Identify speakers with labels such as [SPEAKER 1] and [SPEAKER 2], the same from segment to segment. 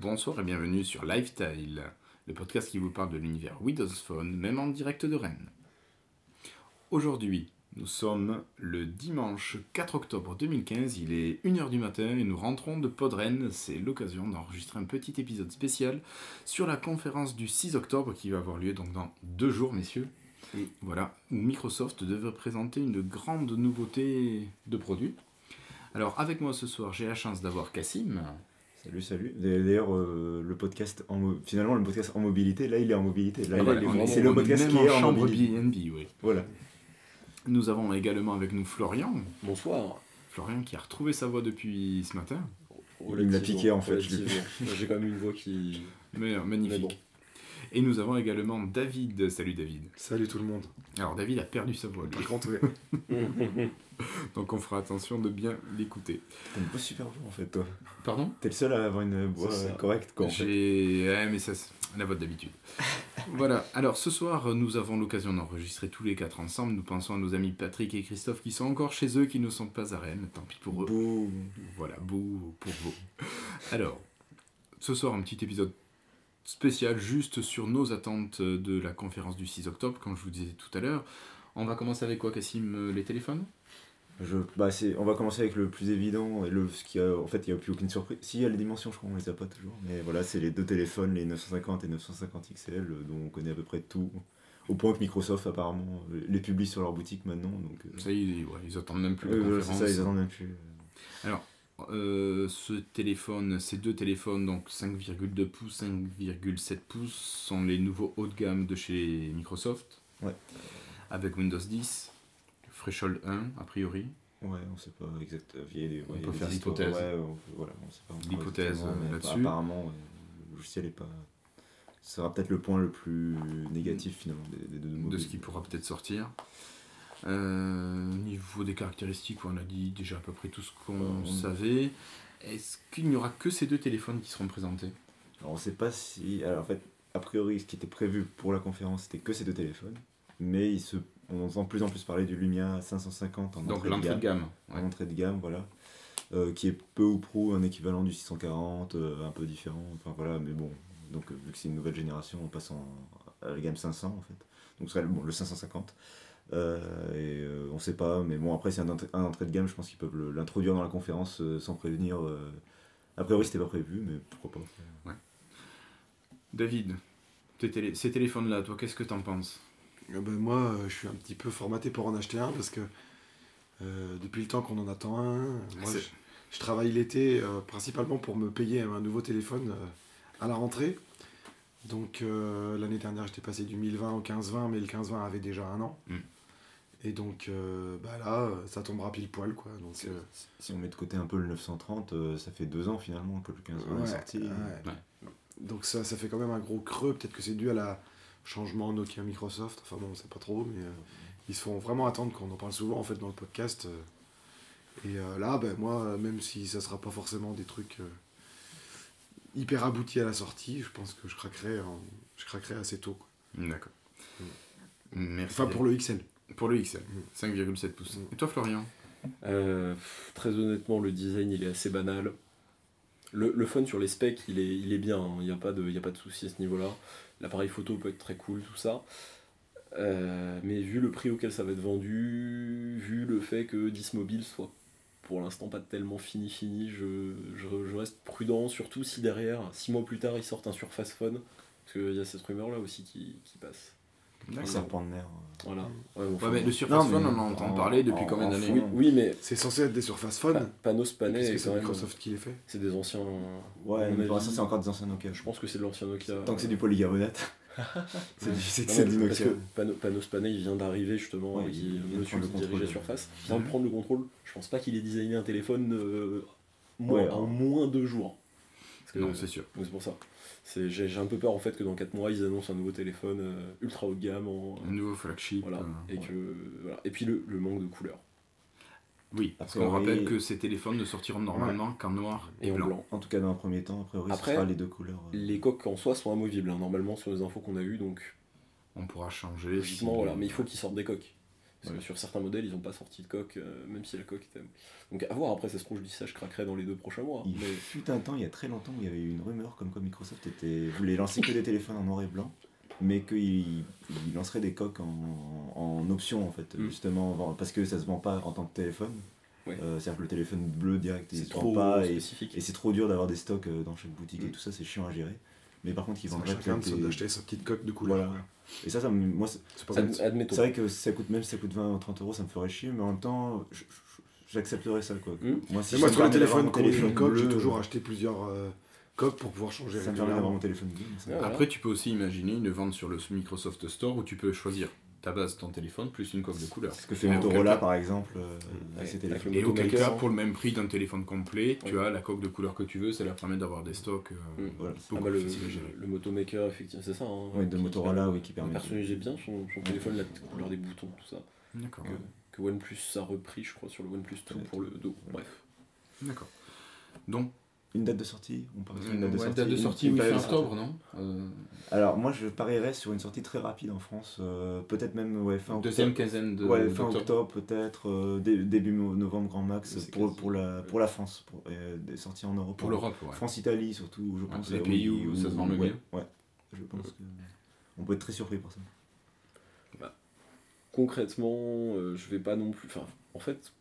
[SPEAKER 1] Bonsoir et bienvenue sur Lifetile, le podcast qui vous parle de l'univers Windows Phone, même en direct de Rennes. Aujourd'hui, nous sommes le dimanche 4 octobre 2015, il est 1h du matin et nous rentrons de Podren. C'est l'occasion d'enregistrer un petit épisode spécial sur la conférence du 6 octobre qui va avoir lieu donc dans deux jours, messieurs.
[SPEAKER 2] Oui.
[SPEAKER 1] Voilà, où Microsoft devait présenter une grande nouveauté de produit. Alors avec moi ce soir, j'ai la chance d'avoir Cassim.
[SPEAKER 2] Salut, salut. D'ailleurs, euh, le podcast en mo- finalement, le podcast en mobilité, là, il est en mobilité. Là,
[SPEAKER 1] Ah,
[SPEAKER 2] il
[SPEAKER 1] voilà,
[SPEAKER 2] est-
[SPEAKER 1] on
[SPEAKER 2] c'est le podcast
[SPEAKER 1] même
[SPEAKER 2] qui est en
[SPEAKER 1] chambre
[SPEAKER 2] mobilité.
[SPEAKER 1] BNB, oui.
[SPEAKER 2] Voilà.
[SPEAKER 1] Nous avons également avec nous Florian.
[SPEAKER 3] Bonsoir.
[SPEAKER 1] Florian qui a retrouvé sa voix depuis ce matin.
[SPEAKER 2] Il me l'a piqué, en fait, je l'ai-
[SPEAKER 3] relativement. J'ai quand même une voix qui.
[SPEAKER 1] Mais, euh, magnifique.
[SPEAKER 3] Mais bon.
[SPEAKER 1] Et nous avons également David. Salut David.
[SPEAKER 4] Salut tout le monde.
[SPEAKER 1] Alors David a perdu sa voix, lui.
[SPEAKER 4] Par contre, ouais.
[SPEAKER 1] Donc on fera attention de bien l'écouter.
[SPEAKER 2] T'as une voix super voix en fait, toi.
[SPEAKER 1] Pardon
[SPEAKER 2] T'es le seul à avoir une voix
[SPEAKER 3] C'est ça.
[SPEAKER 2] euh, correcte, quoi. en fait.
[SPEAKER 1] J'ai. Ouais, mais ça, c'est la voix d'habitude. voilà. Alors, ce soir, nous avons l'occasion d'enregistrer tous les quatre ensemble. Nous pensons à nos amis Patrick et Christophe qui sont encore chez eux, qui ne sont pas à Rennes. Tant pis pour eux.
[SPEAKER 2] Bouh.
[SPEAKER 1] Voilà, beau pour vous. Alors, ce soir, un petit épisode spécial juste sur nos attentes de la conférence du 6 octobre, comme je vous disais tout à l'heure. On va commencer avec quoi, Cassim Les téléphones
[SPEAKER 2] Je, bah, c'est, on va commencer avec le plus évident et le, ce qui a, en fait, il n'y a plus aucune surprise. Si, il y a les dimensions, je crois, on les a pas toujours. Mais voilà, c'est les deux téléphones, les 950 et 950 XL, euh, dont on connaît à peu près tout. Au point que Microsoft, apparemment, euh, les publie sur leur boutique maintenant. Donc, euh,
[SPEAKER 1] Ça, ils, ouais, ils attendent même plus la
[SPEAKER 2] euh, voilà, c'est
[SPEAKER 1] conférence.
[SPEAKER 2] ça, ils attendent même plus. euh,
[SPEAKER 1] Euh, ce téléphone, ces deux téléphones, donc 5,2 pouces, 5,7 pouces, sont les nouveaux haut de gamme de chez Microsoft.
[SPEAKER 2] Ouais.
[SPEAKER 1] Avec Windows 10, Threshold 1, a priori.
[SPEAKER 2] Ouais, on sait pas exact. euh, Il y a des,
[SPEAKER 1] On
[SPEAKER 2] ouais, il y
[SPEAKER 1] peut
[SPEAKER 2] a des
[SPEAKER 1] faire
[SPEAKER 2] histoires,
[SPEAKER 1] l'hypothèse.
[SPEAKER 2] ouais, on- voilà, on sait pas encore
[SPEAKER 1] L'hypothèse,
[SPEAKER 2] exactement,
[SPEAKER 1] euh,
[SPEAKER 2] mais
[SPEAKER 1] là-dessus.
[SPEAKER 2] Apparemment, ouais, le logiciel est pas. Ce sera peut-être le point le plus négatif finalement des, des deux
[SPEAKER 1] de
[SPEAKER 2] mobiles.
[SPEAKER 1] ce qui pourra peut-être sortir. Euh, au niveau des caractéristiques, on a dit déjà à peu près tout ce qu'on
[SPEAKER 2] Euh, on-
[SPEAKER 1] savait. Est-ce qu'il n'y aura que ces deux téléphones qui seront présentés
[SPEAKER 2] Alors on sait pas si. Alors en fait, a priori, ce qui était prévu pour la conférence, c'était que ces deux téléphones. Mais il se... on entend de plus en plus parler du Lumia 550 en
[SPEAKER 1] Donc
[SPEAKER 2] entrée de
[SPEAKER 1] l'entrée de
[SPEAKER 2] gamme.
[SPEAKER 1] gamme. ouais.
[SPEAKER 2] en entrée de gamme, voilà. Euh, qui est peu ou prou un équivalent du 640, euh, un peu différent, enfin voilà, mais bon. Donc euh, vu que c'est une nouvelle génération, on passe en, à la gamme 500 en fait. Donc ce serait le, bon, le 550. Euh, et euh, on sait pas, mais bon après c'est un, entrée- un entrée de gamme, je pense qu'ils peuvent le- l'introduire dans la conférence euh, sans prévenir. euh, a priori c'était pas prévu, mais pourquoi pas.
[SPEAKER 1] David, tes télé- ces téléphones-là, toi, qu'est-ce que t'en penses
[SPEAKER 4] Euh, ben, moi, euh, je suis un petit peu formaté pour en acheter un parce que euh, depuis le temps qu'on en attend un, euh, moi,
[SPEAKER 1] C'est-
[SPEAKER 4] je, je travaille l'été euh, principalement pour me payer un nouveau téléphone euh, à la rentrée. Donc euh, l'année dernière, j'étais passé du 1020 au 1520, mais le 1520 avait déjà un an.
[SPEAKER 1] Mm.
[SPEAKER 4] Et donc euh, bah là, euh, ça tombera pile poil quoi. Donc, euh,
[SPEAKER 2] Si on met de côté un peu le 930, euh, ça fait deux ans finalement que le 15
[SPEAKER 4] Ouais,
[SPEAKER 2] est sorti.
[SPEAKER 4] ouais. Donc ça, ça fait quand même un gros creux. Peut-être que c'est dû à la changement Nokia Microsoft. Enfin bon, on sait pas trop, mais euh, ils se font vraiment attendre qu'on en parle souvent en fait dans le podcast. euh. Et euh, là, ben, moi, même si ça sera pas forcément des trucs euh, hyper aboutis à la sortie, je pense que je craquerai, en- je craquerai assez tôt. quoi.
[SPEAKER 1] D'accord. Merci.
[SPEAKER 4] Enfin pour le XL.
[SPEAKER 1] Pour le XL,
[SPEAKER 4] Mm.
[SPEAKER 1] 5,7 pouces.
[SPEAKER 4] Mm.
[SPEAKER 1] Et toi, Florian
[SPEAKER 3] Euh, pff, très honnêtement, le design il est assez banal. Le, le fun sur les specs il est, il est bien, hein. il n'y a pas de, il y a pas de souci à ce niveau-là. L'appareil photo peut être très cool, tout ça. Euh, mais vu le prix auquel ça va être vendu, vu le fait que 10 mobile soit pour l'instant pas tellement fini fini, je, je- je reste prudent, surtout si derrière, 6 mois plus tard, ils sortent un Surface Phone, parce qu'il y a cette rumeur là aussi qui, qui passe.
[SPEAKER 2] Un serpent de mer. euh.
[SPEAKER 3] Voilà.
[SPEAKER 4] Ouais,
[SPEAKER 3] Ouais, bon,
[SPEAKER 1] Ouais,
[SPEAKER 3] enfin,
[SPEAKER 1] mais
[SPEAKER 3] bon.
[SPEAKER 1] le Surface
[SPEAKER 2] mais-
[SPEAKER 1] Phone, on en entend
[SPEAKER 2] en-
[SPEAKER 1] parler depuis
[SPEAKER 2] en-
[SPEAKER 1] combien
[SPEAKER 2] en
[SPEAKER 1] d'années
[SPEAKER 3] Oui, oui, mais
[SPEAKER 4] C'est censé être des Surface Phone.
[SPEAKER 3] pa- Panos Panet
[SPEAKER 4] parce que
[SPEAKER 3] est
[SPEAKER 4] c'est
[SPEAKER 3] Bah, quand même-
[SPEAKER 4] Microsoft qui les fait.
[SPEAKER 3] C'est des anciens. à
[SPEAKER 2] Ouais,
[SPEAKER 3] mon
[SPEAKER 2] mais pour
[SPEAKER 3] avis,
[SPEAKER 2] l'instant c'est encore des anciens Nokia.
[SPEAKER 3] Je pense que c'est de l'ancien Nokia.
[SPEAKER 2] Tant que c'est du polycarbonate. c'est du, c'est,
[SPEAKER 3] Non,
[SPEAKER 2] c'est
[SPEAKER 3] mais
[SPEAKER 2] du
[SPEAKER 3] parce
[SPEAKER 2] Nokia.
[SPEAKER 3] que Pano- Panos Panay, il vient d'arriver justement,
[SPEAKER 2] Ouais,
[SPEAKER 3] avec
[SPEAKER 2] il
[SPEAKER 3] il-
[SPEAKER 2] vient de
[SPEAKER 3] monsieur qui
[SPEAKER 2] prendre le contrôle
[SPEAKER 3] dirigeait
[SPEAKER 2] de-
[SPEAKER 3] Surface, il vient de prendre le contrôle. Je pense pas qu'il ait designé un téléphone euh, moins,
[SPEAKER 2] Ouais,
[SPEAKER 3] en
[SPEAKER 2] alors.
[SPEAKER 3] moins de jours. Parce que-
[SPEAKER 1] Non, c'est sûr.
[SPEAKER 3] donc c'est pour ça. C'est- J'ai j'ai un peu peur en fait que dans 4 mois ils annoncent un nouveau téléphone euh, ultra haut de gamme. en-
[SPEAKER 1] Un nouveau flagship.
[SPEAKER 3] voilà.
[SPEAKER 1] euh,
[SPEAKER 3] Et, que, voilà. et puis le, le manque de couleurs.
[SPEAKER 1] Oui, parce qu'on
[SPEAKER 2] Après, oui.
[SPEAKER 1] rappelle que ces téléphones ne sortiront normalement qu'en noir
[SPEAKER 3] Et, en blanc.
[SPEAKER 2] En tout cas, dans un premier temps, a priori,
[SPEAKER 3] Après,
[SPEAKER 2] ce sera les deux couleurs. euh.
[SPEAKER 3] Les coques en soi sont amovibles hein, normalement sur les infos qu'on a eues donc
[SPEAKER 1] On pourra changer.
[SPEAKER 3] Logiquement,
[SPEAKER 1] si- euh,
[SPEAKER 3] voilà, mais il faut qu'ils sortent des coques. Parce
[SPEAKER 2] Ouais.
[SPEAKER 3] que sur certains modèles, ils n'ont pas sorti de coque, euh, même si la coque était. Donc à voir, après, ça se trouve, je dis ça, je craquerai dans les deux prochains mois. hein,
[SPEAKER 2] Il
[SPEAKER 3] Mais
[SPEAKER 2] fut un temps, il y a très longtemps, où il y avait eu une rumeur comme quoi Microsoft était, voulait lancer que des téléphones en noir et blanc, mais qu'il il lancerait des coques en, en option en fait,
[SPEAKER 3] Mm.
[SPEAKER 2] justement, en vend- parce que ça se vend pas en tant que téléphone.
[SPEAKER 3] Ouais.
[SPEAKER 2] Euh, C'est-à-dire que le téléphone bleu direct, il
[SPEAKER 3] c'est
[SPEAKER 2] se vend
[SPEAKER 3] trop
[SPEAKER 2] pas et,
[SPEAKER 3] spécifique.
[SPEAKER 2] et c'est trop dur d'avoir des stocks euh, dans chaque boutique et
[SPEAKER 3] Mm.
[SPEAKER 2] tout ça, c'est chiant à gérer. Mais par contre, ils
[SPEAKER 4] C'est à
[SPEAKER 2] vendent
[SPEAKER 4] chacun de se- d'acheter sa petite coque de couleur.
[SPEAKER 2] Voilà.
[SPEAKER 4] quoi.
[SPEAKER 2] Et ça, ça me- moi, c'est-
[SPEAKER 4] C'est pas
[SPEAKER 3] Ad-
[SPEAKER 4] bête.
[SPEAKER 3] admettons.
[SPEAKER 2] c'est vrai que si ça coûte même si ça coûte 20 ou 30 euros, ça me ferait chier, mais en même temps, je- je- j'accepterais ça quoi.
[SPEAKER 3] Mm.
[SPEAKER 2] Moi, si je
[SPEAKER 4] Mais moi,
[SPEAKER 2] me
[SPEAKER 4] sur
[SPEAKER 2] permets d'avoir
[SPEAKER 4] le téléphone,
[SPEAKER 2] mon
[SPEAKER 4] quand j'ai une coque, j'ai
[SPEAKER 2] bleu,
[SPEAKER 4] toujours acheté plusieurs euh, coques pour pouvoir changer
[SPEAKER 2] ça me permet d'avoir
[SPEAKER 4] régulièrement.
[SPEAKER 2] mon téléphone bleu. ça me
[SPEAKER 3] Ouais. Voilà.
[SPEAKER 1] Après, tu peux aussi imaginer une vente sur le Microsoft Store où tu peux choisir ta base, ton téléphone, plus une coque de couleur.
[SPEAKER 2] Ce que fait
[SPEAKER 1] Et auquel
[SPEAKER 2] Motorola
[SPEAKER 1] cas-
[SPEAKER 2] par exemple euh,
[SPEAKER 3] Ouais,
[SPEAKER 2] avec ses
[SPEAKER 3] avec
[SPEAKER 2] téléphones.
[SPEAKER 3] le
[SPEAKER 1] Et auquel
[SPEAKER 3] automaker.
[SPEAKER 1] cas, pour le même prix d'un téléphone complet, tu
[SPEAKER 3] Ouais.
[SPEAKER 1] as la coque de couleur que tu veux, ça leur permet d'avoir des stocks euh,
[SPEAKER 3] Mm.
[SPEAKER 2] Voilà.
[SPEAKER 3] Ah
[SPEAKER 1] beaucoup
[SPEAKER 3] bah, le,
[SPEAKER 1] plus faciles à gérer.
[SPEAKER 3] le- le motomaker, effectivement, c'est ça. hein,
[SPEAKER 2] Ouais, de
[SPEAKER 3] qui-
[SPEAKER 2] Motorola, oui, qui
[SPEAKER 3] qui permet
[SPEAKER 2] permet.
[SPEAKER 3] de personnaliser bien son, son téléphone, la petite couleur des boutons, tout ça.
[SPEAKER 2] Mm.
[SPEAKER 1] D'accord.
[SPEAKER 3] Que OnePlus a repris, je crois, sur le OnePlus 2 pour le dos. Bref.
[SPEAKER 1] D'accord. Donc,
[SPEAKER 2] Une date de sortie On parle sur
[SPEAKER 1] ouais,
[SPEAKER 2] une date de sortie. une-
[SPEAKER 1] sortie,
[SPEAKER 2] une
[SPEAKER 1] oui, fin
[SPEAKER 2] période de sortie.
[SPEAKER 1] octobre, non Euh,
[SPEAKER 2] Alors moi je parierais sur une sortie très rapide en France, euh, peut-être même ouais, fin
[SPEAKER 1] Deuxième
[SPEAKER 2] octobre.
[SPEAKER 1] quinzaine de
[SPEAKER 2] Ouais, fin
[SPEAKER 1] d'octobre.
[SPEAKER 2] octobre peut-être, euh, dé- début mo- novembre grand max
[SPEAKER 3] Mais c'est
[SPEAKER 2] pour,
[SPEAKER 3] quasi-
[SPEAKER 2] pour, la, pour la France, pour, euh, des sorties en Europe.
[SPEAKER 1] Pour l'Europe, ouais.
[SPEAKER 2] France-Italie surtout, je
[SPEAKER 1] Ouais,
[SPEAKER 2] pense.
[SPEAKER 1] les
[SPEAKER 2] euh,
[SPEAKER 1] pays où ça se vend le
[SPEAKER 2] ouais,
[SPEAKER 1] mieux.
[SPEAKER 2] Ouais, je pense que... On peut être très surpris par ça.
[SPEAKER 3] Concrètement, euh, je vais pas non plus. Enfin, en fait,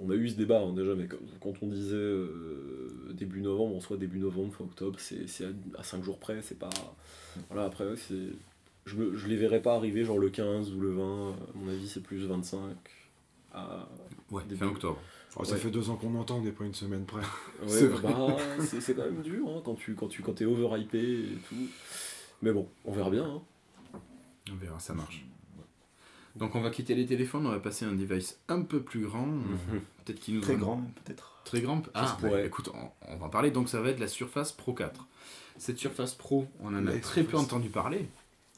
[SPEAKER 3] on a eu ce débat hein, déjà, mais comme- quand on disait euh, début novembre, en soit début novembre, fin octobre, c'est c'est à 5 jours près, c'est pas. Voilà, après, ouais, c'est. Je, me- je les verrais pas arriver genre le 15 ou le 20, à mon avis, c'est plus Ah, 25 à,
[SPEAKER 1] Ouais,
[SPEAKER 3] Début.
[SPEAKER 1] fin octobre.
[SPEAKER 4] Oh, ça
[SPEAKER 3] Ouais.
[SPEAKER 4] fait deux ans qu'on entend, on n'est pas une semaine près.
[SPEAKER 3] Ouais,
[SPEAKER 4] C'est
[SPEAKER 3] bah, bah, c'est c'est quand même dur hein, quand tu quand tu quand t'es overhypé et tout. Mais bon, on verra bien. hein.
[SPEAKER 1] On verra, ça marche. Donc on va quitter les téléphones, on va passer à un device un peu plus grand, euh, peut-être qu'il nous
[SPEAKER 2] Mhm. Très
[SPEAKER 1] en-
[SPEAKER 2] grand même peut-être.
[SPEAKER 1] Très grand. Ah,
[SPEAKER 3] se
[SPEAKER 1] bah,
[SPEAKER 3] pourrait.
[SPEAKER 1] écoute, on, on va en parler. Donc ça va être la Surface Pro 4. Cette Surface Pro, on en a
[SPEAKER 4] La
[SPEAKER 1] très peu
[SPEAKER 4] Surface.
[SPEAKER 1] entendu parler.